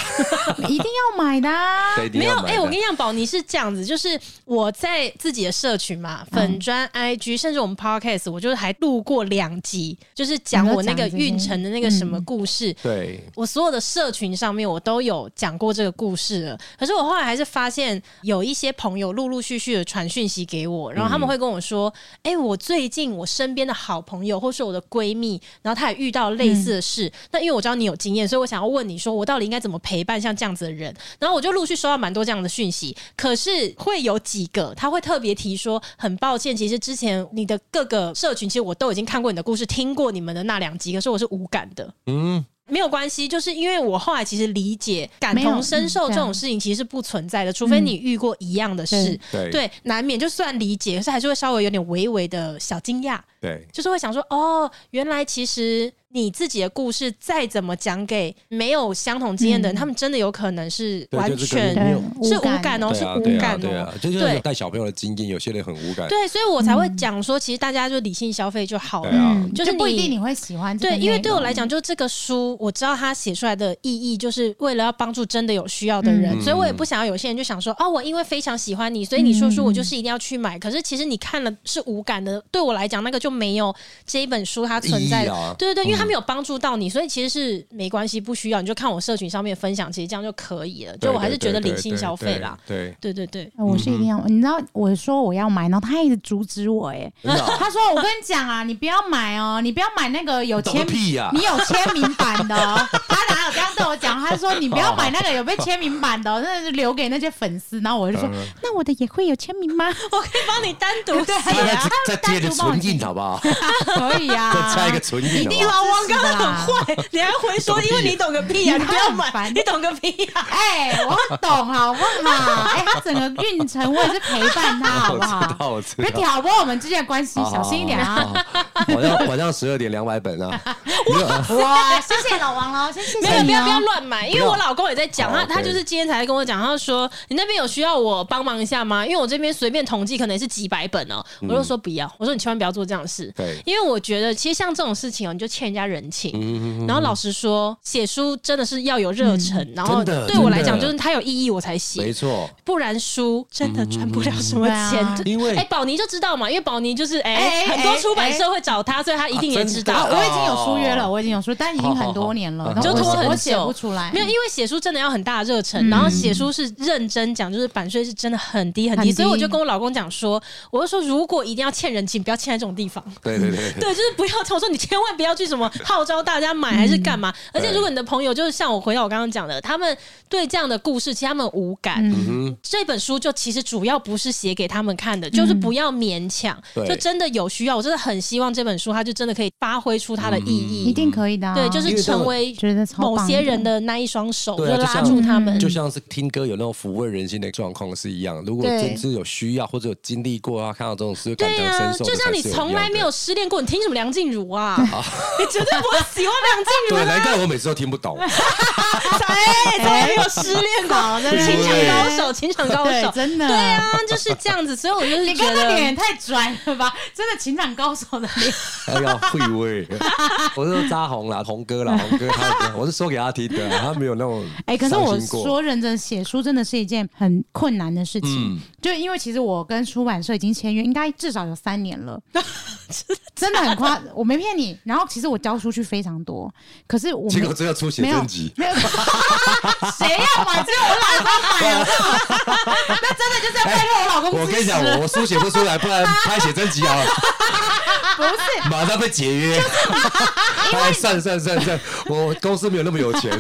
Speaker 2: 一定要买的、啊。
Speaker 1: 对
Speaker 3: 没有，哎、
Speaker 1: 哎，
Speaker 3: 我跟你讲，宝妮是这样子，就是我在自己的社群嘛，
Speaker 2: 嗯
Speaker 3: 粉砖、IG，甚至我们 Podcast，我就是还录过两集，就是讲
Speaker 2: 你都
Speaker 3: 我那个
Speaker 2: 讲这些
Speaker 3: 运城的那个什么故事。
Speaker 1: 对，
Speaker 3: 我所有的社群上面，我都有讲过这个故事了。可是我后来还是发现，有一些朋友陆陆续续的传讯息给我，然后
Speaker 2: 嗯
Speaker 3: 他们会跟我说：“哎、我最近我身边的好朋友，或是我的闺蜜，然后她也遇到类似的事。那因为我知道你有经验，所以我想要问你说，我到底应该怎么陪伴像这样子的人？然后我就陆续收到蛮多这样的讯息，可是会有几个他会特别提说，很抱歉，其实之前你的各个社群，其实我都已经看过你的故事，听过你们的那两集，可是我是无感的。
Speaker 1: 嗯，
Speaker 3: 没有关系，就是因为我后来其实理解感
Speaker 2: 没
Speaker 3: 同
Speaker 2: 有
Speaker 3: 身受
Speaker 2: 嗯
Speaker 3: 这
Speaker 2: 对啊
Speaker 3: 种事情其实是不存在的，除非你遇过一样的事，
Speaker 1: 对
Speaker 3: 对，难免就算理解，可是还是会稍微有点微微的小惊讶，
Speaker 1: 对
Speaker 3: 就是会想说，哦，原来其实。你自己的故事再怎么讲给没有相同经验的
Speaker 2: 嗯
Speaker 3: 人，他们真的有可能是
Speaker 1: 对
Speaker 3: 完
Speaker 1: 就是
Speaker 3: 全
Speaker 1: 跟没有
Speaker 3: 是无感哦，
Speaker 1: 对
Speaker 3: 是
Speaker 1: 啊，对
Speaker 3: 无
Speaker 1: 啊，
Speaker 3: 感
Speaker 1: 对
Speaker 3: 哦
Speaker 1: 啊，。就
Speaker 3: 对
Speaker 1: 是带小朋友的经验，有些人很无感。
Speaker 3: 对，所以我才
Speaker 1: 嗯
Speaker 3: 会讲说，其实大家就理性消费就好
Speaker 1: 对
Speaker 3: 了。
Speaker 1: 啊
Speaker 2: 嗯，
Speaker 3: 就是
Speaker 2: 就不一
Speaker 3: 你
Speaker 2: 定你会喜欢这个
Speaker 3: 对，
Speaker 2: 内容。
Speaker 3: 因为对我来讲，就这个书，我知道他写出来的意义，就是为了要帮助真的有需要的人，
Speaker 1: 嗯
Speaker 3: 所以我也不想要有些人就想说，哦，我因为非常喜欢你，所以你说书，我就是一定要去买。可是其实你看了是无感的，对我来讲，那个就没有这一本书它存在
Speaker 1: 意义
Speaker 3: 的。
Speaker 1: 啊
Speaker 3: 对对对，因为它没有帮助到你，所以其实是没关系，不需要，你就看我社群上面分享，其实这样就可以了。就我还是觉得理性消费啦。。
Speaker 1: 对，
Speaker 3: (laughs) 对对对，
Speaker 2: 呃我是一定
Speaker 3: 嗯
Speaker 2: 要，你知道我说我要买，然后他一直阻止我、欸，
Speaker 1: 真的啊
Speaker 2: 他说：“我跟你讲啊，你不要买哦，你不要买那个
Speaker 3: (laughs)
Speaker 2: 有
Speaker 1: 懂
Speaker 2: 签
Speaker 1: 个屁呀
Speaker 2: 你有签名版的、 (laughs) 哦。”他哪有这样对我讲？他说：“你不要买那个有被签名版的、哦，那是留给那些粉丝。”然后我就说：“那我的也会有签名哦吗
Speaker 3: 我可以帮你单独写
Speaker 2: 嗯 (laughs)
Speaker 1: 大
Speaker 2: 对
Speaker 1: 家
Speaker 3: 啊。
Speaker 1: 再再贴个唇印好不好？？” (laughs)
Speaker 2: (laughs) 可以啊，
Speaker 1: 再拆一个唇印
Speaker 2: 一
Speaker 1: 好
Speaker 2: 定
Speaker 1: 不
Speaker 2: 要
Speaker 1: 好？
Speaker 3: 老王
Speaker 2: 支
Speaker 3: 刚
Speaker 2: 持的
Speaker 3: 刚
Speaker 2: 啦
Speaker 3: 很。坏，你还回说，
Speaker 1: 懂屁
Speaker 3: 因为你懂个屁呀、
Speaker 2: 你
Speaker 3: 你不要
Speaker 2: 很
Speaker 3: 买，
Speaker 2: 烦
Speaker 3: 你懂个屁呀、
Speaker 2: (laughs) 哎、我懂好不好？哎、他整个运程我也是陪伴他，好不
Speaker 1: 我知道，
Speaker 2: 好？
Speaker 1: 我知
Speaker 2: 别
Speaker 1: 道。
Speaker 2: 挑拨我们之间的关系，小心一点啊！
Speaker 1: 晚上晚上十二点两百本啊，
Speaker 3: (laughs)
Speaker 1: 没有
Speaker 2: 哇，谢谢老王喽，谢谢
Speaker 3: 没有，不
Speaker 2: 你
Speaker 3: 要
Speaker 2: 哦
Speaker 3: 不要乱买，因为
Speaker 1: 不要哦
Speaker 3: 我老公也在讲，
Speaker 1: 好，OK
Speaker 3: 他他就是今天才跟我讲，他说你那边有需要我帮忙一下吗？因为我这边随便统计可能也是几百本哦、我就说不要，我说你千万不要做这样的事，
Speaker 1: 嗯
Speaker 3: (laughs)
Speaker 1: 对嗯
Speaker 3: 因为我觉得其实像这种事情哦、你就欠人家人情。然后老实说，写书真的是要有热忱，然后
Speaker 1: 嗯真的
Speaker 3: 对我来讲
Speaker 1: 真的
Speaker 3: 就是它有意义我才
Speaker 1: 没
Speaker 3: 写，
Speaker 1: 错，
Speaker 3: 不然书真的赚不了什么
Speaker 2: 对啊
Speaker 3: 钱。
Speaker 1: 因为
Speaker 3: 哎，宝妮就知道嘛，因为宝妮就是哎
Speaker 2: 哎，
Speaker 3: 很多
Speaker 2: 哎
Speaker 3: 出版社会找他，所以他一定也知
Speaker 1: 啊
Speaker 3: 道
Speaker 1: 真。的
Speaker 2: 我已经有书约了，我已经有书，但已经很多年
Speaker 1: 好好，
Speaker 2: 了
Speaker 1: 好
Speaker 2: 然后
Speaker 1: 就拖
Speaker 2: 我
Speaker 3: 很
Speaker 2: 我写
Speaker 3: 久
Speaker 2: 不出来，
Speaker 3: 没有，因为写书真的要很大的热
Speaker 1: 嗯
Speaker 3: 忱，然后写书是认真讲，就是版税是真的很低很低，
Speaker 2: 很低
Speaker 3: 所以我就跟我老公讲说，我就说如果一定要欠人情，不要欠在这种地方。
Speaker 1: 对对 (laughs) 对，
Speaker 3: (laughs) 对，就是不要我说你千万不要去什么号召大家买还是
Speaker 1: 嗯
Speaker 3: 干嘛。而且如果你的朋友就是像我回到我刚刚讲的，他们对这样的故事其实他们无感，
Speaker 1: 嗯，
Speaker 3: 这本书就其实主要不是写给他们看的，就是不要勉强，
Speaker 1: 对
Speaker 3: 就真的有需要，我真的很希望这本书它就真的可以发挥出它的意
Speaker 1: 嗯
Speaker 2: 一
Speaker 3: 义，
Speaker 2: 定可以的啊。
Speaker 3: 对，就
Speaker 1: 因
Speaker 3: 是
Speaker 1: 为这种
Speaker 3: 成为
Speaker 2: 觉得超
Speaker 3: 某
Speaker 2: 棒
Speaker 3: 些人的那一双手，
Speaker 1: 对啊
Speaker 3: 就
Speaker 1: 就
Speaker 3: 拉
Speaker 1: 像
Speaker 3: 住他们。
Speaker 1: 就像是听歌有那种抚慰人心的状况是一样。如果
Speaker 3: 对
Speaker 1: 真是有需要或者有经历过啊，看到这种事感
Speaker 3: 对
Speaker 1: 同
Speaker 3: 啊
Speaker 1: 身，受，
Speaker 3: 就像你从来没有。失恋过，你听什么梁静茹啊？ (laughs) 你绝对不会喜欢梁静茹
Speaker 1: (laughs) 对，难怪我每次都听不懂。 (laughs)
Speaker 3: 哎，从来没有失恋
Speaker 1: (laughs)
Speaker 3: 过，
Speaker 2: 真的
Speaker 3: 情场高手，情场高手
Speaker 2: 对，，真的，
Speaker 3: 对，啊，就是这样子。所以我就是
Speaker 2: 你
Speaker 3: 觉
Speaker 2: 刚刚脸
Speaker 3: 得，
Speaker 2: 也太拽了吧，真的情场高手的
Speaker 1: (laughs)
Speaker 2: 脸，
Speaker 1: 哎呀，会 (laughs) 味。我是说扎红啦，红哥
Speaker 3: (laughs)
Speaker 1: 啦，红哥他，我是说给他听的，他没有那种
Speaker 2: 哎，可是我
Speaker 1: 伤心过
Speaker 2: 说认真写书真的是一件很困难的事
Speaker 1: 嗯
Speaker 2: 情，就因为其实我跟出版社已经签约，应该至少有三年
Speaker 1: (laughs)
Speaker 2: 了，真的很夸，我没骗你。然后其实我交出去非常多，可是我
Speaker 1: 结
Speaker 2: 没
Speaker 1: 果最后出写
Speaker 2: 没有
Speaker 1: 真集，
Speaker 2: 没有， (laughs) 谁要买？只有我老公买，好不好？ (laughs) 那真的就是要拜托我老公
Speaker 1: 我
Speaker 2: 支
Speaker 1: 跟你
Speaker 2: 持
Speaker 1: 讲，我我书写不出来，不然拍写真集好
Speaker 3: (laughs)
Speaker 1: 了，
Speaker 2: 不是，
Speaker 1: 马上被解约。哎，算算算算，我公司没有那么有
Speaker 3: (laughs)
Speaker 1: 钱。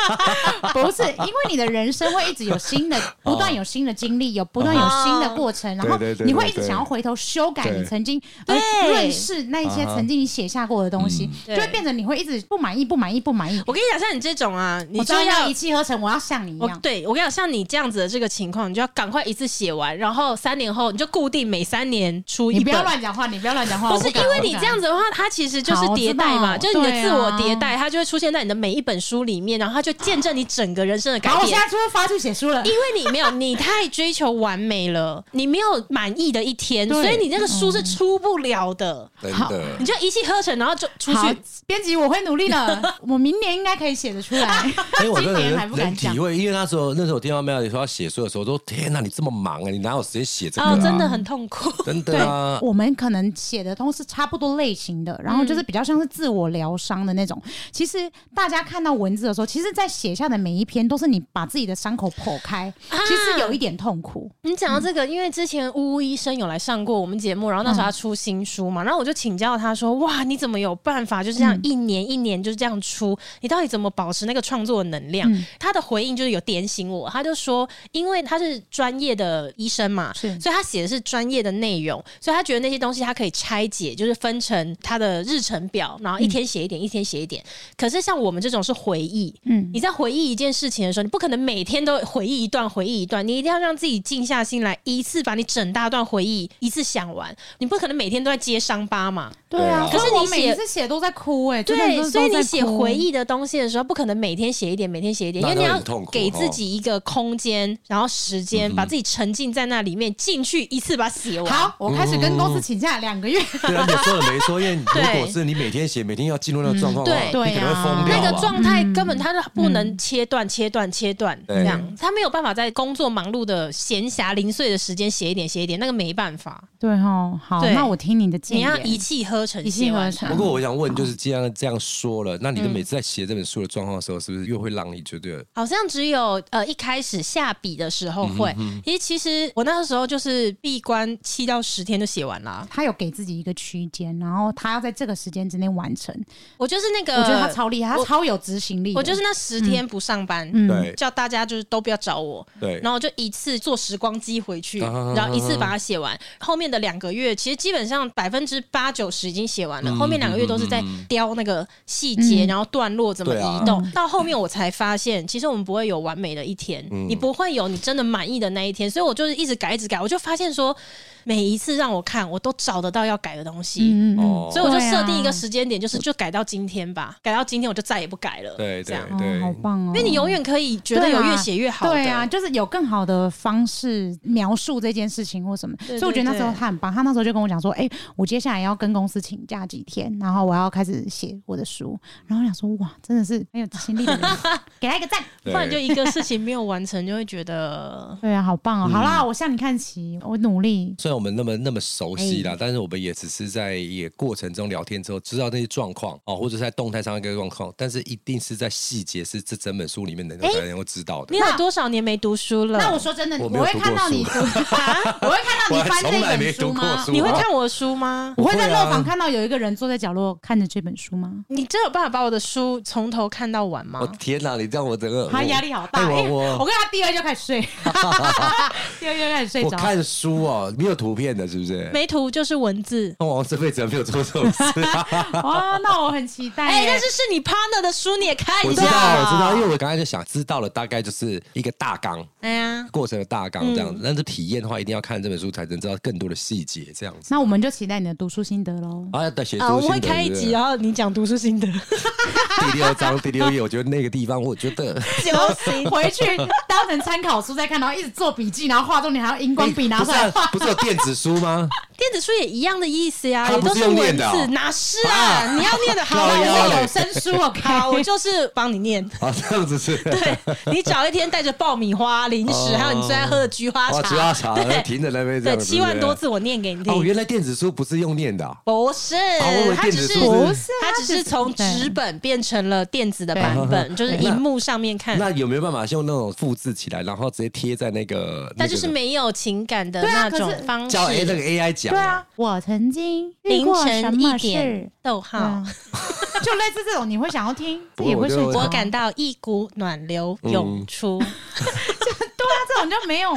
Speaker 1: (laughs)
Speaker 2: 不是，因为你的人生会一直有新的，不断有新的经历，有不断有新的过程，然后
Speaker 1: 啊对对对对
Speaker 2: 你会一直想要回头修改
Speaker 1: 对
Speaker 2: 你曾经
Speaker 3: 对
Speaker 2: 呃认识那些曾经你写下过的东西，
Speaker 3: 嗯
Speaker 2: 就会变成你会一直不满意、不满意、不满意。
Speaker 3: 我跟你讲，像你这种啊，你
Speaker 2: 我
Speaker 3: 就
Speaker 2: 终于
Speaker 3: 要
Speaker 2: 要一气呵成，我要像你一
Speaker 3: 我
Speaker 2: 样。
Speaker 3: 对我跟你讲，像你这样子的这个情况，你就要赶快一次写完，然后三年后你就固定每三年出一
Speaker 2: 你
Speaker 3: 本。
Speaker 2: 不要乱讲话，你不要乱讲话。
Speaker 3: 哦不
Speaker 2: 我
Speaker 3: 是
Speaker 2: 敢
Speaker 3: 因为你
Speaker 2: 我
Speaker 3: 这
Speaker 2: 不敢
Speaker 3: 样子的话，它其实就是
Speaker 2: 好我知
Speaker 3: 迭代嘛，
Speaker 2: 道
Speaker 3: 就是你的
Speaker 2: 对啊
Speaker 3: 自我迭代，它就会出现在你的每一本书里面，然后它就见证你整个人生的改
Speaker 2: 好，我现
Speaker 3: 变。
Speaker 2: 在就会发去写书了
Speaker 3: 因。为你没有，你太追求完美了， (laughs) 嗯你没有满意的一天，
Speaker 2: 对
Speaker 3: 所以你那个书是出不了的。
Speaker 1: 真
Speaker 2: 好
Speaker 1: 的，
Speaker 3: 你就一气呵成，然后就出
Speaker 2: 好
Speaker 3: 去。，
Speaker 2: 编辑，我会努力
Speaker 3: (laughs)
Speaker 2: 的。我明年应该可以写得出来。
Speaker 1: 因哎为我真
Speaker 2: 今
Speaker 1: 的
Speaker 2: 年还不
Speaker 1: 能
Speaker 2: 敢
Speaker 1: 能
Speaker 2: 讲
Speaker 1: 体。会，因为那时候那时候我听到妹姐说要写书的时候，我说天哪，你这么忙啊，你哪有时间写这个、啊
Speaker 3: 哦，真的很痛苦。
Speaker 1: 真
Speaker 2: 对
Speaker 1: 的
Speaker 3: 呃
Speaker 1: 啊，
Speaker 2: 我们可能写的都是差不多类型的，然后
Speaker 3: 嗯
Speaker 2: 就是比较像是自我疗伤的那种。其实大家看到文字的时候，其实，在写下的每一篇都是你把自己的伤口剖开，
Speaker 3: 啊
Speaker 2: 其实有一点痛苦。
Speaker 3: 你讲到这个，因为之前呜呜医生有来上过我们节目，然后那时候他出新书嘛，然后我就请教他说：“哇，你怎么有办法就是这样一年一年就是这样出？你到底怎么保持那个创作的能量？”他的回应就是有点醒我，他就说：“因为他是专业的医生嘛，
Speaker 2: 是
Speaker 3: 所以他写的是专业的内容，所以他觉得那些东西他可以拆解，就是分成他的日程表，然后一天写一点，一天写一点。可是像我们这种是回忆，
Speaker 2: 嗯，
Speaker 3: 你在回忆一件事情的时候，你不可能每天都回忆一段，回忆一段，你一定要让自己静下心来，一次把你整大段回忆一次想完。你不可能每天都在揭伤疤嘛，
Speaker 2: 对啊，
Speaker 1: 可
Speaker 3: 是
Speaker 2: 我
Speaker 3: 你
Speaker 2: 每
Speaker 3: 写
Speaker 2: 次写都在哭哎，真的
Speaker 3: 对
Speaker 2: 都，是
Speaker 3: 所以
Speaker 2: 都在
Speaker 3: 你写
Speaker 2: 哭
Speaker 3: 回忆的东西的时候，不可能每天写一点，每天写一点，因为你
Speaker 1: 那
Speaker 3: 要
Speaker 1: 很痛苦哦嗯
Speaker 3: 给自己一个空间，然后时间，把自己沉浸在那里面，进去一次把它写完。
Speaker 2: 好，我开始跟公司请假两个月，
Speaker 3: 嗯
Speaker 1: 对啊，你说的没错，因为如
Speaker 3: 对
Speaker 1: 果是你每天写，每天要进入那个状况的话，
Speaker 3: 嗯
Speaker 2: 对
Speaker 1: 你可能会疯
Speaker 2: 对
Speaker 1: 掉啊吧。
Speaker 3: 那个状态根
Speaker 2: 嗯
Speaker 3: 本他是不能切断、切断、切断
Speaker 1: 嗯对
Speaker 3: 这样，他没有办法在工作忙碌的闲暇零碎的时间写一点、写一点，那个没办法，
Speaker 2: 对哦，好，
Speaker 3: 对
Speaker 2: 那我听你的建
Speaker 3: 你
Speaker 2: 议，
Speaker 3: 要一气呵成
Speaker 2: 一
Speaker 3: 写
Speaker 2: 气
Speaker 3: 完
Speaker 2: 呵
Speaker 3: 它。
Speaker 2: 成。
Speaker 1: 不过我想问，就是既然这样说了，那你就每次在写这本书的状况的时候，是不是又会让你觉得
Speaker 3: 好像只有呃一开始下笔的时候会，因为其实我那个时候就是闭关七到十天就写完了啊，
Speaker 2: 他有给自己一个区间，然后他要在这个时间之内完成。
Speaker 3: 我就是那个，
Speaker 2: 我觉得他超厉害，他
Speaker 3: 呃我
Speaker 2: 超有执行力的。
Speaker 3: 我就是那十天不上班，
Speaker 2: 嗯
Speaker 1: 对
Speaker 3: 叫大家就是都不要找我，
Speaker 1: 对
Speaker 3: 然后我就一次坐时光机回去，
Speaker 1: 啊
Speaker 3: 然后一次把它写完。后面的两个月，其实基本上百分之八九十已经写
Speaker 1: 嗯
Speaker 3: 完了，后面两个月都是在雕那个细节，
Speaker 2: 嗯
Speaker 3: 然后段落怎么
Speaker 1: 对啊
Speaker 3: 移动。到后面我才发现，其实我们不会有完美的一天，
Speaker 1: 嗯
Speaker 3: 你不会有你真的满意的那一天，所以我就是一直改，一直改，我就发现说，每一次让我看，我都找得到要改的东西。
Speaker 2: 嗯啊嗯嗯，
Speaker 1: 哦？
Speaker 3: 所以我就
Speaker 2: 对啊
Speaker 3: 设定一个时间点，就是就改到今天吧，改到今天我就再也不改了。
Speaker 1: 对
Speaker 3: 这样
Speaker 1: 对，
Speaker 2: 哦，好棒哦！
Speaker 3: 因为你永远可以觉得有越写越好的。
Speaker 2: 对啊，就是有更好的方式描述这件事情或什么，
Speaker 3: 对
Speaker 2: 所以我觉得那时候
Speaker 3: 对
Speaker 2: 他很棒。他那时候就跟我讲说：“哎、我接下来要跟公司请假几天，然后我要开始写我的书。”然后我想说：“哇，真的是很有执行力 (laughs) 的人，给他一个赞。”
Speaker 1: 对
Speaker 3: 不然就一个事情没有完成，就会
Speaker 1: (laughs)
Speaker 3: 觉得
Speaker 2: 对啊，好棒哦！
Speaker 1: 嗯
Speaker 2: 好啦，我向你看齐，我努力。
Speaker 1: 虽然我们那么那么熟悉
Speaker 3: 哎
Speaker 1: 啦，但是我们也只是在也过程中聊天之后，知道那些状况哦，或者是在动态上一个状况，但是一定是在细节是这整本书里面能够
Speaker 3: 哎
Speaker 1: 才能够知道的
Speaker 3: 你。有多少年没读书了？
Speaker 2: 那我说真的，
Speaker 1: 我
Speaker 2: 我
Speaker 1: 没有
Speaker 2: 会
Speaker 1: 读
Speaker 2: 看
Speaker 1: 过
Speaker 2: 到你
Speaker 1: 书
Speaker 2: 读， (laughs) 啊我会看到
Speaker 1: 我
Speaker 2: 你
Speaker 1: 还
Speaker 2: 翻这
Speaker 1: 从来
Speaker 2: 本
Speaker 1: 没
Speaker 2: 书
Speaker 1: 读过
Speaker 2: 吗？
Speaker 1: 书啊
Speaker 3: 你会看我的书吗？
Speaker 2: 我会在
Speaker 1: 不会啊
Speaker 2: 乐坊看到有一个人坐在角落看着这本书吗？
Speaker 3: 你真有办法把我的书从头看到完吗
Speaker 1: 我？哦天哪，你让我整个
Speaker 2: 他
Speaker 1: 我
Speaker 2: 压力好大，
Speaker 1: 哎
Speaker 2: 哎
Speaker 1: 我
Speaker 2: 我
Speaker 1: 我
Speaker 2: 跟他第二就开
Speaker 1: (laughs)
Speaker 2: 始睡，第二就开始睡
Speaker 1: 我
Speaker 2: 着。
Speaker 1: 看书哦，没有图片的，是不是？
Speaker 3: 没图就是文字。
Speaker 1: 那我这辈子没有做这种事。啊
Speaker 2: 哇，那我很期待耶。
Speaker 3: 哎，但是是你 partner 的书，你也看
Speaker 1: 我
Speaker 3: 一
Speaker 1: 知道，我知道，
Speaker 3: 下。
Speaker 1: 因为我刚才就想知道了，大概就是一个大纲。
Speaker 3: 哎呀，
Speaker 1: 过程的大纲这样子，但是体验的话，一定要看这本书才能知道更多的细节这样子。
Speaker 2: 那我们就期待你的读书心得喽。
Speaker 1: 啊，要写
Speaker 3: 啊，
Speaker 1: 书
Speaker 3: 我们
Speaker 1: 心
Speaker 3: 会
Speaker 1: 得
Speaker 3: 开一
Speaker 1: 是不
Speaker 3: 集，
Speaker 1: 是
Speaker 3: 然后你讲读书心得，
Speaker 1: (laughs) 第六章第六页，我觉得那个地方，我觉得
Speaker 3: 就行。
Speaker 2: 回去当成参考书再看，然后一直做笔记，然后画重点，还要荧光笔拿出来
Speaker 1: 不是
Speaker 2: 画。
Speaker 1: (laughs) 啊不是有电子书吗？
Speaker 3: 电子书也一样的意思呀，
Speaker 1: 它
Speaker 3: 也
Speaker 1: 不
Speaker 3: 都
Speaker 1: 是
Speaker 3: 是
Speaker 1: 用
Speaker 3: 文
Speaker 1: 念的
Speaker 3: 字
Speaker 1: 哦，
Speaker 3: 哪是啊？你要念的好
Speaker 1: (laughs)
Speaker 2: 好
Speaker 3: 啦，
Speaker 2: 啦，
Speaker 1: 靠
Speaker 3: 我
Speaker 1: 腰
Speaker 2: 我
Speaker 1: 啊
Speaker 3: 是
Speaker 2: 是
Speaker 3: 有
Speaker 2: 有声书，OK。
Speaker 3: 好，我就是帮你念。
Speaker 1: 啊，这样子是。
Speaker 3: 对你找一天带着爆米花、零食，
Speaker 1: 哦
Speaker 3: 还有你最爱喝的菊花
Speaker 1: 哇，
Speaker 3: 茶，
Speaker 1: 哦菊花茶
Speaker 3: 对
Speaker 1: 停在那边这
Speaker 3: 对，
Speaker 1: 样子，
Speaker 3: 七万
Speaker 1: 对不对
Speaker 3: 多字我念给你
Speaker 1: 哦，
Speaker 3: 听。
Speaker 1: 原来电子书不是用念的啊，
Speaker 3: 不是
Speaker 1: 我以为，
Speaker 3: 它只
Speaker 1: 电子
Speaker 3: 是
Speaker 1: 书
Speaker 2: 不是
Speaker 3: 它只是从纸本变成了电子的版本，就是荧幕上面看，
Speaker 1: 哦哎那有没有办法用那种复制起来，然后直接贴在那个？
Speaker 3: 但就是
Speaker 1: 那
Speaker 3: 没有情感的
Speaker 2: 对啊
Speaker 3: 那种
Speaker 2: 可是
Speaker 3: 方
Speaker 1: 个
Speaker 3: 式
Speaker 1: 叫。哎那个 AI 讲
Speaker 2: 对啊，，我曾经遇
Speaker 3: 凌
Speaker 2: 过什
Speaker 3: 晨
Speaker 2: 么
Speaker 3: 一
Speaker 2: 事
Speaker 3: 点，，逗
Speaker 2: 对
Speaker 3: 号
Speaker 2: 啊， (laughs) 就类似这种，你会想要听，自
Speaker 1: 不
Speaker 2: 己
Speaker 1: 过我
Speaker 2: 会睡
Speaker 1: 就
Speaker 2: 着。
Speaker 3: 我感到一股暖流
Speaker 1: 嗯
Speaker 3: 涌出，
Speaker 2: 对啊，这种就没
Speaker 3: (laughs)
Speaker 2: 有没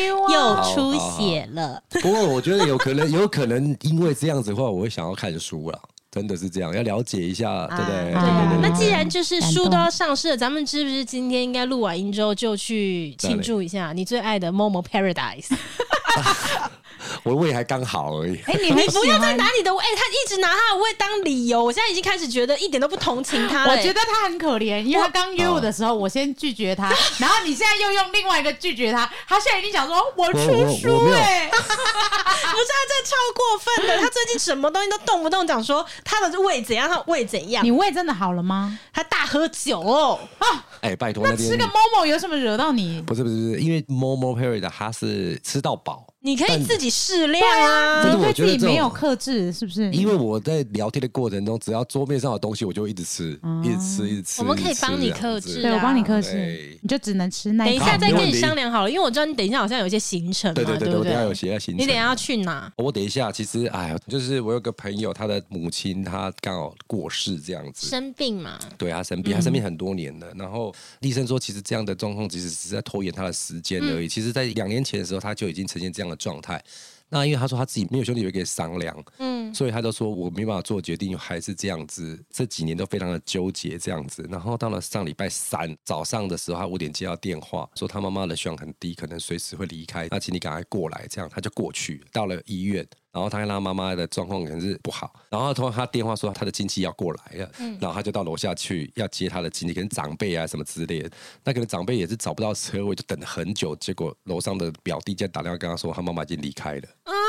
Speaker 2: 有 feel 啊。
Speaker 3: 又
Speaker 1: 哦
Speaker 3: 出血了。
Speaker 1: 不过我觉得有可能，有可能因为这样子的话，我会想要看书啦。真的是这样，要了解一下，对不对？
Speaker 3: 对
Speaker 2: 啊
Speaker 1: 对对
Speaker 3: 那
Speaker 1: 对
Speaker 3: 既然就是
Speaker 2: 感
Speaker 3: 书
Speaker 2: 动
Speaker 3: 都要上市了，咱们是不是今天应该录完音之后就去庆祝一下你最爱的《Momo Paradise》？
Speaker 1: 我胃还刚好而已。
Speaker 2: 哎，你
Speaker 3: 你
Speaker 2: 很
Speaker 3: 不
Speaker 2: 喜
Speaker 3: 要再
Speaker 2: 欢
Speaker 3: 拿。你的胃，哎、他一直拿他的胃当理由，我现在已经开始觉得一点都不同情他了、欸
Speaker 2: 我觉
Speaker 3: 得
Speaker 2: 得他很可怜，因为他刚约我的时候，我先拒绝
Speaker 1: 哦
Speaker 2: 他， (laughs) 然后你现在又用另外一个拒绝他，他现在一定想说，我出
Speaker 1: 我
Speaker 2: 书
Speaker 1: 我没有 (laughs)
Speaker 2: 哎、
Speaker 3: 不是啊，这超过分的。他最近什么东西都动不动讲说他的胃怎样，他的胃怎样
Speaker 2: 你，胃真的好了吗？
Speaker 3: 他大喝酒哦。
Speaker 2: 啊，
Speaker 1: 哎，拜托
Speaker 2: 那
Speaker 1: 那
Speaker 2: 吃
Speaker 1: 边
Speaker 2: 个 Momo 有什么惹到你？
Speaker 1: 不是不是不是，因为 Momo Perry 的他是吃到饱，
Speaker 3: 你可以
Speaker 1: 但
Speaker 3: 自己适量啊
Speaker 1: 但。
Speaker 2: 你
Speaker 1: 是我
Speaker 2: 对
Speaker 1: 觉得
Speaker 2: 自己
Speaker 1: 这种
Speaker 2: 没有克制，是不是？
Speaker 3: 嗯
Speaker 1: 因为我在聊天的过程中，只要桌面上有东西，我就一直吃，一直吃，一直吃。
Speaker 3: 哦我们可以
Speaker 1: 一直吃
Speaker 3: 帮
Speaker 1: 这
Speaker 3: 你
Speaker 1: 样子
Speaker 3: 克制
Speaker 2: 对我帮你克制
Speaker 1: 对，
Speaker 2: 你就只能吃那
Speaker 3: 等一下
Speaker 1: 好
Speaker 3: 再
Speaker 1: 没
Speaker 3: 跟
Speaker 1: 问
Speaker 3: 你
Speaker 1: 题
Speaker 3: 商量好了，因为我知道你等一下好像有一些行程嘛，
Speaker 1: 对对对对，
Speaker 3: 不
Speaker 1: 我等一下有
Speaker 3: 对？
Speaker 1: 写在行
Speaker 3: 你
Speaker 1: 程。
Speaker 3: 等一下要去哪？
Speaker 1: 我等一下，其实哎，就是我有个朋友，他的母亲她刚好过世这样子，
Speaker 3: 生病嘛？
Speaker 1: 对他生病，他生病很多年了。然后医生说，其实这样的状况其实只是在拖延他的时间而已。其实，在两年前的时候，他就已经呈现这样的状态。那因为他说他自己没有兄弟姐妹可以商量，
Speaker 3: 嗯，
Speaker 1: 所以他就说我没办法做决定，还是这样子。这几年都非常的纠结这样子。然后到了上礼拜三早上的时候，他五点接到电话，说他妈妈的血氧很低，可能随时会离开，那请你赶快过来。这样他就过去，到了医院。然后他看他妈妈的状况可能是不好，然后通过他电话说他的亲戚要过来了，
Speaker 3: 嗯
Speaker 1: 然后他就到楼下去要接他的亲戚，可能长辈啊什么之类的。那可能长辈也是找不到车位，就等了很久，结果楼上的表弟就打电话跟他说他妈妈已经离开了。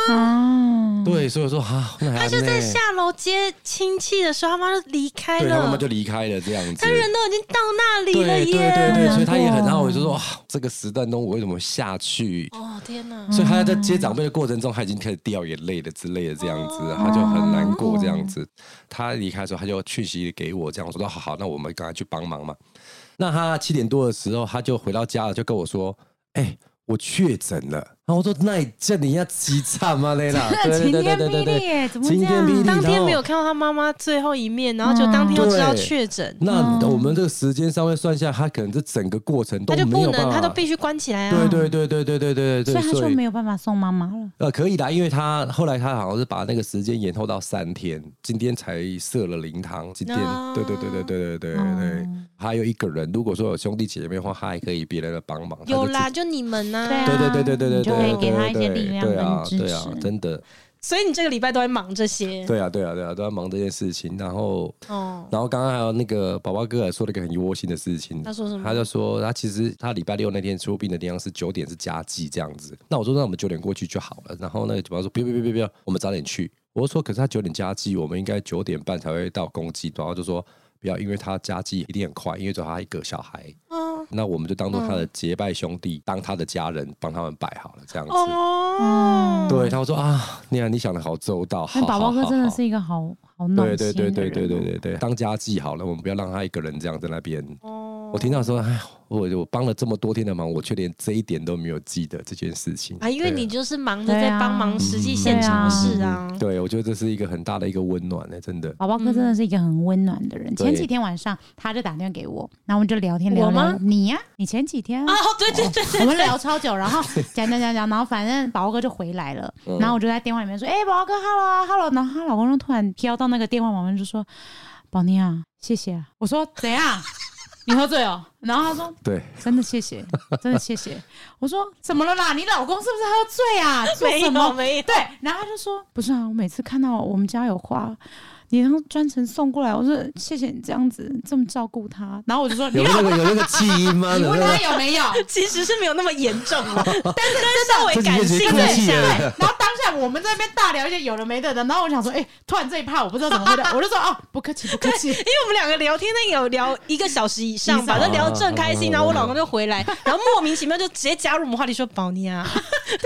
Speaker 2: 啊，
Speaker 1: 对，所以我说啊，那还
Speaker 3: 嗯他就在
Speaker 1: 呢
Speaker 3: 下楼接亲戚的时候，他妈就离开
Speaker 1: 对他妈妈
Speaker 3: 了，
Speaker 1: 就离开了这样子
Speaker 3: 他。人都已经到那里
Speaker 1: 对
Speaker 3: 了
Speaker 1: 对
Speaker 3: 耶。
Speaker 1: 对对，所以他也很
Speaker 2: 难过
Speaker 1: 懊悔，就说哇，这个时段中我为什么下去？
Speaker 3: 哦天哪！
Speaker 1: 所以他在接长辈的过程中，他已经开始掉眼泪了之类的，这样子，他就很难过这样
Speaker 3: 哦
Speaker 1: 子。他离开的时候，他就讯息给我，这样我说好好，那我们赶快去帮忙嘛。那他七点多的时候，他就回到家了，就跟我说：“哎、我确诊了。”然后我说：“那你这你要凄惨
Speaker 3: (laughs)
Speaker 1: 吗，雷啦？”对
Speaker 2: 晴
Speaker 1: 对对
Speaker 2: 天
Speaker 1: 对对
Speaker 2: 霹
Speaker 1: 对
Speaker 2: 雳耶，怎么会
Speaker 1: 晴
Speaker 2: 这
Speaker 1: 天霹雳
Speaker 2: 样？
Speaker 3: 当天
Speaker 1: 然后
Speaker 3: 没有看到他妈妈最后一面，然后就当天又知道确诊，
Speaker 1: 那我们这个时间上面算下，他可能这整个过程都
Speaker 3: 他就
Speaker 1: 没
Speaker 3: 不
Speaker 1: 有办
Speaker 3: 能，
Speaker 1: 法，
Speaker 3: 他都必须关起来啊。
Speaker 1: 对对对对对对对对，
Speaker 2: 所以他就没有办法送妈妈了。
Speaker 1: 呃可以的，因为他后来他好像是把那个时间延后到三天，今天才设了灵堂，今天
Speaker 3: 啊
Speaker 1: 对对对对对对对对，还有一个人，如果说有兄弟姐妹的话，他还可以别人的帮忙，他就
Speaker 3: 有
Speaker 1: 自
Speaker 3: 啦，。就你们呐、
Speaker 2: 对啊
Speaker 1: 对对对对对对对，
Speaker 2: 你就可以给他一些力量
Speaker 1: 对啊
Speaker 2: 跟支持
Speaker 1: 对啊，真的，
Speaker 3: 所以你这个礼拜都在忙这些。
Speaker 1: 对啊对啊对啊，都在忙这件事情，然后
Speaker 3: 哦，
Speaker 1: 然后刚刚还有那个宝宝哥还说了一个很窝心的事情，
Speaker 3: 他说什么
Speaker 1: 他就说他其实他礼拜六那天出殡的地方是九点是加祭这样子，那我说那我们九点过去就好了。然后那个宝宝说不要不要不要不要，我们早点去。我就说可是他九点加祭，我们应该九点半才会到公祭，然后就说不要，因为他加祭一定很快，因为只有他一个小孩，
Speaker 3: 哦
Speaker 1: 那我们就当做他的结拜兄弟，当他的家人，帮他们摆好了这样子。
Speaker 3: 哦，
Speaker 1: 对，他说啊，你看你想的好周到，好
Speaker 2: 但嗯宝宝
Speaker 1: 好
Speaker 2: 哥
Speaker 1: 好
Speaker 2: 真的
Speaker 1: 好
Speaker 2: 是一个好好暖
Speaker 1: 对
Speaker 2: 心
Speaker 1: 对
Speaker 2: 的
Speaker 1: 对
Speaker 2: 人哦
Speaker 1: 对对对对对，当家祭好了，我们不要让他一个人这样在那边。
Speaker 3: 哦
Speaker 1: 我听到说，哎，我我帮了这么多天的忙，我却连这一点都没有记得这件事情
Speaker 3: 啊，因为你
Speaker 1: 对
Speaker 3: 就是忙着在帮忙实际
Speaker 2: 对
Speaker 3: 现
Speaker 2: 啊
Speaker 3: 场的
Speaker 2: 是
Speaker 3: 事啊。
Speaker 1: 对我觉得这是一个很大的一个温暖呢、真的。
Speaker 2: 宝宝哥真的是一个很温暖的人。
Speaker 1: 对
Speaker 2: 前几天晚上他就打电话给我，然后我们就聊天聊
Speaker 3: 我吗
Speaker 2: 聊。你呀、你前几天啊、
Speaker 3: 哦，对对对，
Speaker 2: 我们聊超久，然 (laughs) 后讲讲讲讲，然后反正宝宝哥就回来了，然后我就在电话里面说：“哎、宝宝哥，hello 啊，hello。”然后她老公就突然飘到那个电话旁边，就说：“宝妮啊，谢谢啊。”我说：“怎 (laughs) 样？你喝醉哦？”然后他说
Speaker 1: 对，：“
Speaker 2: (laughs) 真的谢谢，真的谢谢。”我说：“怎么了啦？你老公是不是喝醉 (laughs) 啊？做
Speaker 3: 没
Speaker 2: 什么
Speaker 3: 有？没有，
Speaker 2: 对，然后他就说：“不是啊，我每次看到我们家有花，你然后专程送过来，我说谢谢你这样子这么照顾他。”然后我就说：“你
Speaker 1: 有
Speaker 2: 老
Speaker 1: 那个有那个气音
Speaker 2: (laughs)
Speaker 1: 吗？
Speaker 2: 你
Speaker 1: 有
Speaker 2: 问
Speaker 1: 那
Speaker 2: 他
Speaker 1: 个
Speaker 2: 有没有？”
Speaker 3: 其实是没有那么严重
Speaker 1: (laughs)
Speaker 3: 啊，但是稍微
Speaker 1: 这
Speaker 3: 感
Speaker 1: 几
Speaker 3: 性
Speaker 1: 天
Speaker 2: 对 (laughs)
Speaker 1: 客
Speaker 3: 一
Speaker 1: 气
Speaker 3: 下。
Speaker 1: 了。
Speaker 2: 然后当下我们哎在那边大聊一些有的没的的，然后我想说：“哎、突然这一趴我不知道怎么回答，我就说：‘哦，不客气，不客气。’
Speaker 3: 因为我们两个聊天，那有聊一个小时以上吧，
Speaker 2: 以
Speaker 3: 那
Speaker 2: 上
Speaker 3: 聊得正开心，
Speaker 1: 啊
Speaker 3: 然后我老公就回来，然后莫名其妙就直接加入我们话题，说：“宝妮啊，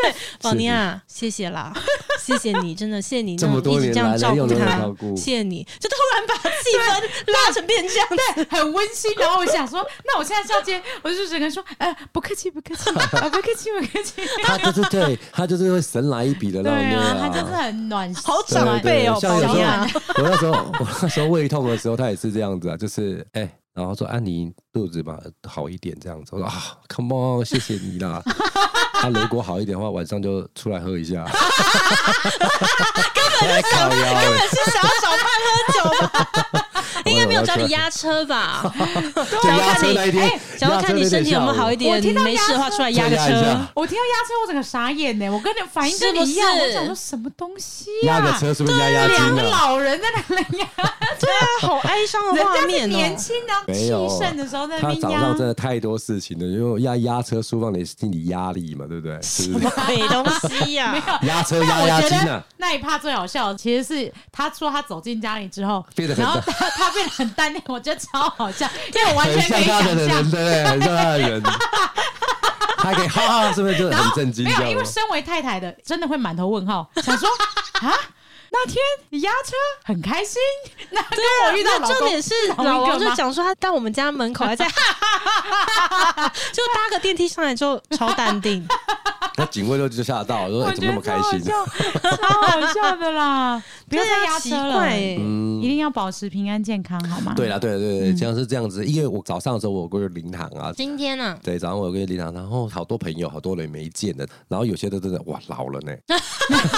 Speaker 3: 对，宝妮啊，谢谢啦，谢谢你，真的谢谢你，
Speaker 1: 这么多
Speaker 3: 一直这样
Speaker 1: 年来
Speaker 3: 照顾
Speaker 1: 用心
Speaker 3: 他
Speaker 1: 照，顾
Speaker 3: 谢谢你，就突然把气氛拉成变成这样子，
Speaker 2: 很温馨，然后我想说，那我现在是要接，我就只能说，呃，不客气，不客气，啊，不客气，不客气。
Speaker 1: (laughs) 他就是对，他就是会神来一笔的那种
Speaker 2: 对
Speaker 1: 妹
Speaker 2: 啊，他真是很暖心，
Speaker 3: 好
Speaker 1: 对
Speaker 3: 长
Speaker 1: 对
Speaker 3: 辈哦
Speaker 1: 像有时
Speaker 2: 宝
Speaker 1: 候
Speaker 2: 妮
Speaker 1: 我
Speaker 2: 啊
Speaker 1: 那时候我那时候胃痛的时候，他也是这样子啊，就是哎、然后说啊你肚子嘛好一点这样子，我说啊 come on 谢谢你啦。他、如果好一点的话，晚上就出来喝一
Speaker 3: (laughs)
Speaker 1: 下。根本就想，根本
Speaker 3: 是想要找他喝酒吧？应该没有找你
Speaker 1: 压，
Speaker 3: 压车吧？
Speaker 1: 就
Speaker 3: 想要
Speaker 1: 压
Speaker 3: 看
Speaker 1: 车
Speaker 3: 你
Speaker 1: 那
Speaker 3: 哎
Speaker 1: 一天，
Speaker 3: 想要看你身体有没有好一
Speaker 1: 点，
Speaker 3: 点
Speaker 2: 我听，到
Speaker 3: 没事的话
Speaker 2: 压车
Speaker 3: 出来压
Speaker 1: 再
Speaker 3: 个
Speaker 1: 压一
Speaker 3: 车哎
Speaker 1: 下。
Speaker 2: 我听到压车，我整个傻眼呢、我跟你反应跟你一样，
Speaker 3: 是不是
Speaker 2: 我想说什么东西啊呀、
Speaker 1: 压个车是不是压压
Speaker 2: 两
Speaker 1: 惊
Speaker 2: 个
Speaker 1: 啊？
Speaker 2: 老人在那里压，
Speaker 3: 对啊，好哀伤的
Speaker 2: 人
Speaker 3: 画
Speaker 2: 家是
Speaker 3: 面
Speaker 2: 年
Speaker 3: 哦。
Speaker 2: 轻然后
Speaker 1: 没有
Speaker 2: 气盛的时候在那
Speaker 1: 他
Speaker 2: 边
Speaker 1: 早
Speaker 2: 压
Speaker 1: 上。真的太多事情了，因为压压车舒放你心理压力嘛，对不对？是
Speaker 3: (laughs)
Speaker 1: 不是？
Speaker 3: 鬼东西呀、
Speaker 1: 压车
Speaker 2: 但
Speaker 1: 压
Speaker 2: 我
Speaker 1: 压
Speaker 2: 觉
Speaker 1: 惊
Speaker 2: 得
Speaker 1: 啊！
Speaker 2: 那一趴最好笑，的其实是他说他走进家里之后
Speaker 1: 变得，很
Speaker 2: 然
Speaker 1: 淡
Speaker 2: 后 (laughs) 他他变得很淡定，我觉得超好笑，因为我完
Speaker 1: 很
Speaker 2: 全可
Speaker 1: 像
Speaker 2: 以
Speaker 1: 他的
Speaker 2: 想
Speaker 1: 人，
Speaker 2: 象
Speaker 1: 对。不对？很像他的人，他可以哈哈，是不是就
Speaker 2: 然后
Speaker 1: 很震惊
Speaker 2: 没
Speaker 1: 这
Speaker 2: 有，因
Speaker 1: 样
Speaker 2: 为
Speaker 1: 吗？
Speaker 2: 身为太太的，真的会满头问号，想说啊，那天你压车很开心，那跟我遇到
Speaker 3: 啊那
Speaker 2: 老
Speaker 3: 重
Speaker 2: 公
Speaker 3: 点是
Speaker 2: 同一个
Speaker 3: 老王就
Speaker 2: 吗
Speaker 3: 讲说他到我们家门口还在哈哈哈哈哈哈，就搭个电梯上来之后超淡定，
Speaker 1: 他警卫都就吓到，说、哎
Speaker 2: 我
Speaker 1: 怎
Speaker 2: 觉
Speaker 1: 么那
Speaker 2: 得
Speaker 1: 么开
Speaker 2: 超好
Speaker 1: 心？啊 (laughs)
Speaker 2: 笑，超好笑的啦！不要再压
Speaker 3: 奇
Speaker 2: 车
Speaker 3: 怪
Speaker 2: 了，
Speaker 3: 欸，
Speaker 2: 一定要保持平安健康，好吗？
Speaker 1: 嗯对啦，对对
Speaker 2: 嗯
Speaker 1: 对，这样是这样子，因为我早上的时候我有过去领航啊。
Speaker 3: 今天呢、
Speaker 1: 对，早上我有个领航，然后好多朋友，好多人没见的，然后有些都真的哇老了呢。 (laughs)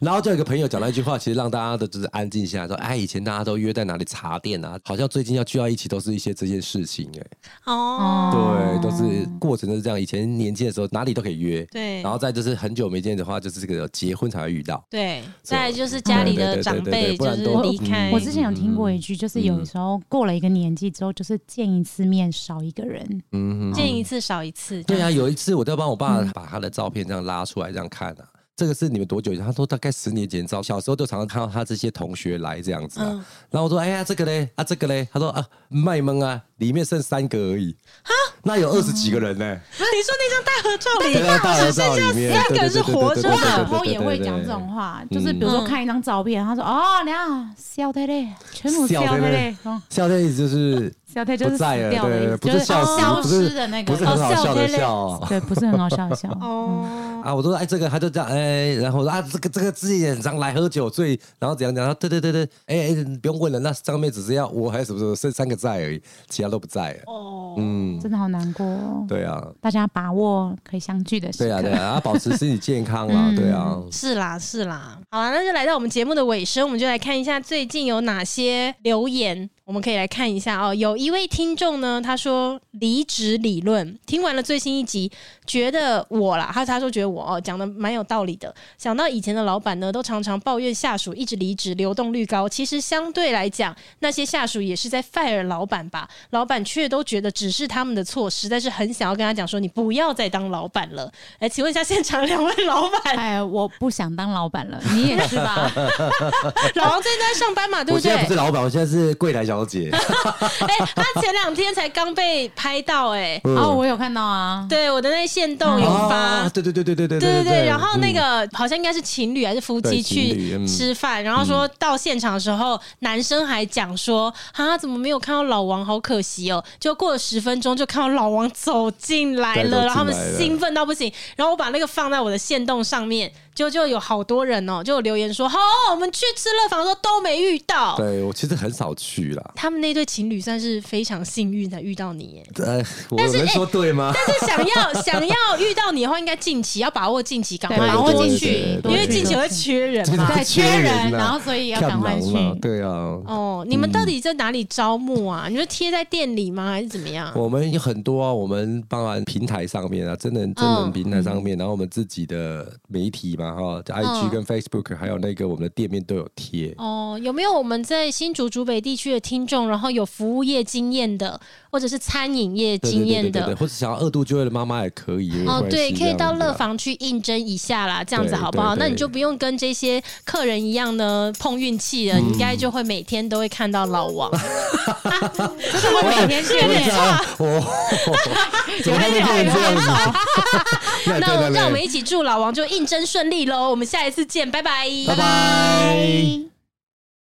Speaker 1: 然后就有一个朋友讲了一句话，其实让大家都就是安静下来，说哎，以前大家都约在哪里茶店啊，好像最近要聚到一起都是一些这件事情哎、
Speaker 3: 哦，
Speaker 1: 对，都是过程都是这样。以前年轻的时候哪里都可以约，
Speaker 3: 对
Speaker 1: 然后再就是很久没见的话，就是这个结婚才会遇到。
Speaker 3: 对，再来就是家里的长辈
Speaker 1: 对对对对对不
Speaker 3: 就
Speaker 1: 然
Speaker 3: 是
Speaker 1: 都
Speaker 3: 离开
Speaker 2: 我，之前有听过一句，就是
Speaker 1: 嗯
Speaker 2: 有时候过了一个年纪之后，就是见一次面少一个人。
Speaker 1: 嗯，
Speaker 3: 见一次少一次，
Speaker 1: 对啊，有一次我都要帮我爸
Speaker 2: 嗯
Speaker 1: 把他的照片这样拉出来这样看啊。这个是你们多久以前？他说大概十年前照，小时候就常常看到他这些同学来这样子
Speaker 2: 嗯
Speaker 1: 啊。然后我说：“哎呀，这个嘞，啊这个嘞。”他说：“啊，卖萌啊，里面剩三个而已。”那有二十几个人
Speaker 2: 嗯
Speaker 1: 呢、
Speaker 3: 你说那张大合照
Speaker 1: 对啊，大合照里面
Speaker 3: 三个是活着的
Speaker 1: 对
Speaker 2: 我
Speaker 1: 对对对对对对对嗯
Speaker 2: 老婆也会讲这种话，就是比如说看一张照片，他说：“哦，你看，笑太累，全部笑太累，哦
Speaker 1: 笑的意思就是
Speaker 2: 笑太 (laughs) 就是
Speaker 1: 不
Speaker 2: 死
Speaker 1: 在了
Speaker 2: 掉的
Speaker 1: 对
Speaker 2: 意
Speaker 1: 对对
Speaker 2: 思，
Speaker 1: 不
Speaker 2: 就是
Speaker 1: 是
Speaker 2: 哦
Speaker 1: 笑死
Speaker 2: 消
Speaker 1: 不是
Speaker 2: 失的那
Speaker 1: 不
Speaker 2: 个
Speaker 1: 是很
Speaker 2: 哦，
Speaker 1: 好笑的
Speaker 3: 笑
Speaker 1: 笑哦。
Speaker 2: 对，不是很好笑的笑。
Speaker 3: 哦，
Speaker 1: 啊，我都说哎，这个他就这样哎，然后我说啊，这个这个自己很常来喝酒醉，然后怎样怎样，对对对对，哎哎，你不用问了，那上面只是要我还有什么什么剩三个在而已，其他都不在了。
Speaker 3: 哦，
Speaker 1: (laughs) 嗯，
Speaker 2: 真的好难过、哦。
Speaker 1: 对啊，
Speaker 2: 大家把握可以相聚的时刻。
Speaker 1: 对啊，对啊，啊保持身体健康啦，
Speaker 3: 嗯
Speaker 1: 对啊，
Speaker 3: 是啦，是啦。好了，那就来到我们节目的尾声，我们就来看一下最近有哪些留言，我们可以来看一下哦。有一位听众呢，他说离职理论，听完了最新一集，觉得我啦，他他说觉得我哦讲的蛮有道理的。想到以前的老板呢，都常常抱怨下属一直离职，流动率高。其实相对来讲，那些下属也是在 fire 老板吧，老板却都觉得只是他们的错，实在是很想要跟他讲说，你不要再当老板了。来，请问一下现场两位老板，
Speaker 2: 哎，我不想当老板了，你也是吧？
Speaker 3: 老王最近都在上班嘛，对
Speaker 1: 我
Speaker 3: 不对？
Speaker 1: 现在不是老板，我现在是柜台小姐。
Speaker 3: 哎、他前两天才刚被拍到、哎、
Speaker 1: 嗯
Speaker 2: 哦，我有看到啊。
Speaker 3: 对，我的那线动有发。
Speaker 1: 啊，对对对对对对
Speaker 3: 对对
Speaker 1: 对
Speaker 3: 对，然后那
Speaker 1: 嗯
Speaker 3: 个好像应该是情侣还是夫
Speaker 1: 对
Speaker 3: 妻
Speaker 1: 情侣
Speaker 3: 去
Speaker 1: 嗯
Speaker 3: 吃饭，然后说到现场的时候，男生还讲说啊，怎么没有看到老王，好可惜哦。就过了十分钟，就看到老王走进来
Speaker 1: 对走进
Speaker 3: 了，然后他们
Speaker 1: 来了
Speaker 3: 兴奋到不行。然后我把那个放在我的线动上面，就就有好多人哦，就有留言说好，我们去吃乐坊的时候都没遇到。
Speaker 1: 对我其实很少去啦，
Speaker 3: 他们那对情侣算是非常幸运才遇到你耶。
Speaker 1: 呃，我
Speaker 3: 但是哎
Speaker 1: 能说对吗？
Speaker 3: (laughs) 但是想要 (laughs) 想要遇到你的话，应该近期要把握近期，赶
Speaker 2: 对
Speaker 3: 快
Speaker 2: 把
Speaker 1: 对
Speaker 2: 握
Speaker 3: 多
Speaker 1: 对对
Speaker 2: 进
Speaker 3: 去
Speaker 2: 去
Speaker 1: 对，
Speaker 2: 多
Speaker 3: 因为
Speaker 2: 去
Speaker 3: 近期
Speaker 2: 多
Speaker 3: 会
Speaker 2: 去
Speaker 3: 缺人
Speaker 1: 真的
Speaker 3: 嘛。
Speaker 2: 对
Speaker 1: 会
Speaker 2: 缺人
Speaker 1: 呐
Speaker 2: 然后所以要
Speaker 1: 看
Speaker 2: 赶快
Speaker 1: 忙
Speaker 2: 去
Speaker 1: 啦对啊，
Speaker 3: 哦，你们到底在哪里招募啊？你说贴在店里吗，还是怎么样？
Speaker 1: 我们有很多啊，我们当然平台上面啊，真人真人平台上面，然后我们自己的媒体嘛，哈，就 IG 跟 Facebook，、还有那个我们的店面都有贴。
Speaker 3: 哦，有没有我们在新竹竹北地区的听众，然后有服务业经验的，或者是餐饮业
Speaker 1: 对
Speaker 3: 经验
Speaker 1: 对对对对对？
Speaker 3: 的
Speaker 1: 或者想要二度就业的妈妈也可以，没有
Speaker 3: 哦，
Speaker 1: 嗯关系
Speaker 3: 对，可以到乐。
Speaker 1: 这样子啊
Speaker 3: 坊去应征一下啦，这样子
Speaker 1: 对
Speaker 3: 好不好？
Speaker 1: 对对
Speaker 3: 那你就不用跟这些客人一样呢碰运气
Speaker 1: 嗯
Speaker 3: 了，你应该就会每天都会看到老
Speaker 1: (laughs)
Speaker 3: 王。
Speaker 2: 我每天见面，
Speaker 1: 我我 (laughs) 怎么会变成这样子？啊 (laughs) 对
Speaker 3: 那我
Speaker 1: 对
Speaker 3: 让我
Speaker 1: 对
Speaker 3: 们
Speaker 1: 对，
Speaker 3: 一起祝老王就应征顺利喽！我们下一次见，拜拜，
Speaker 1: 拜。拜。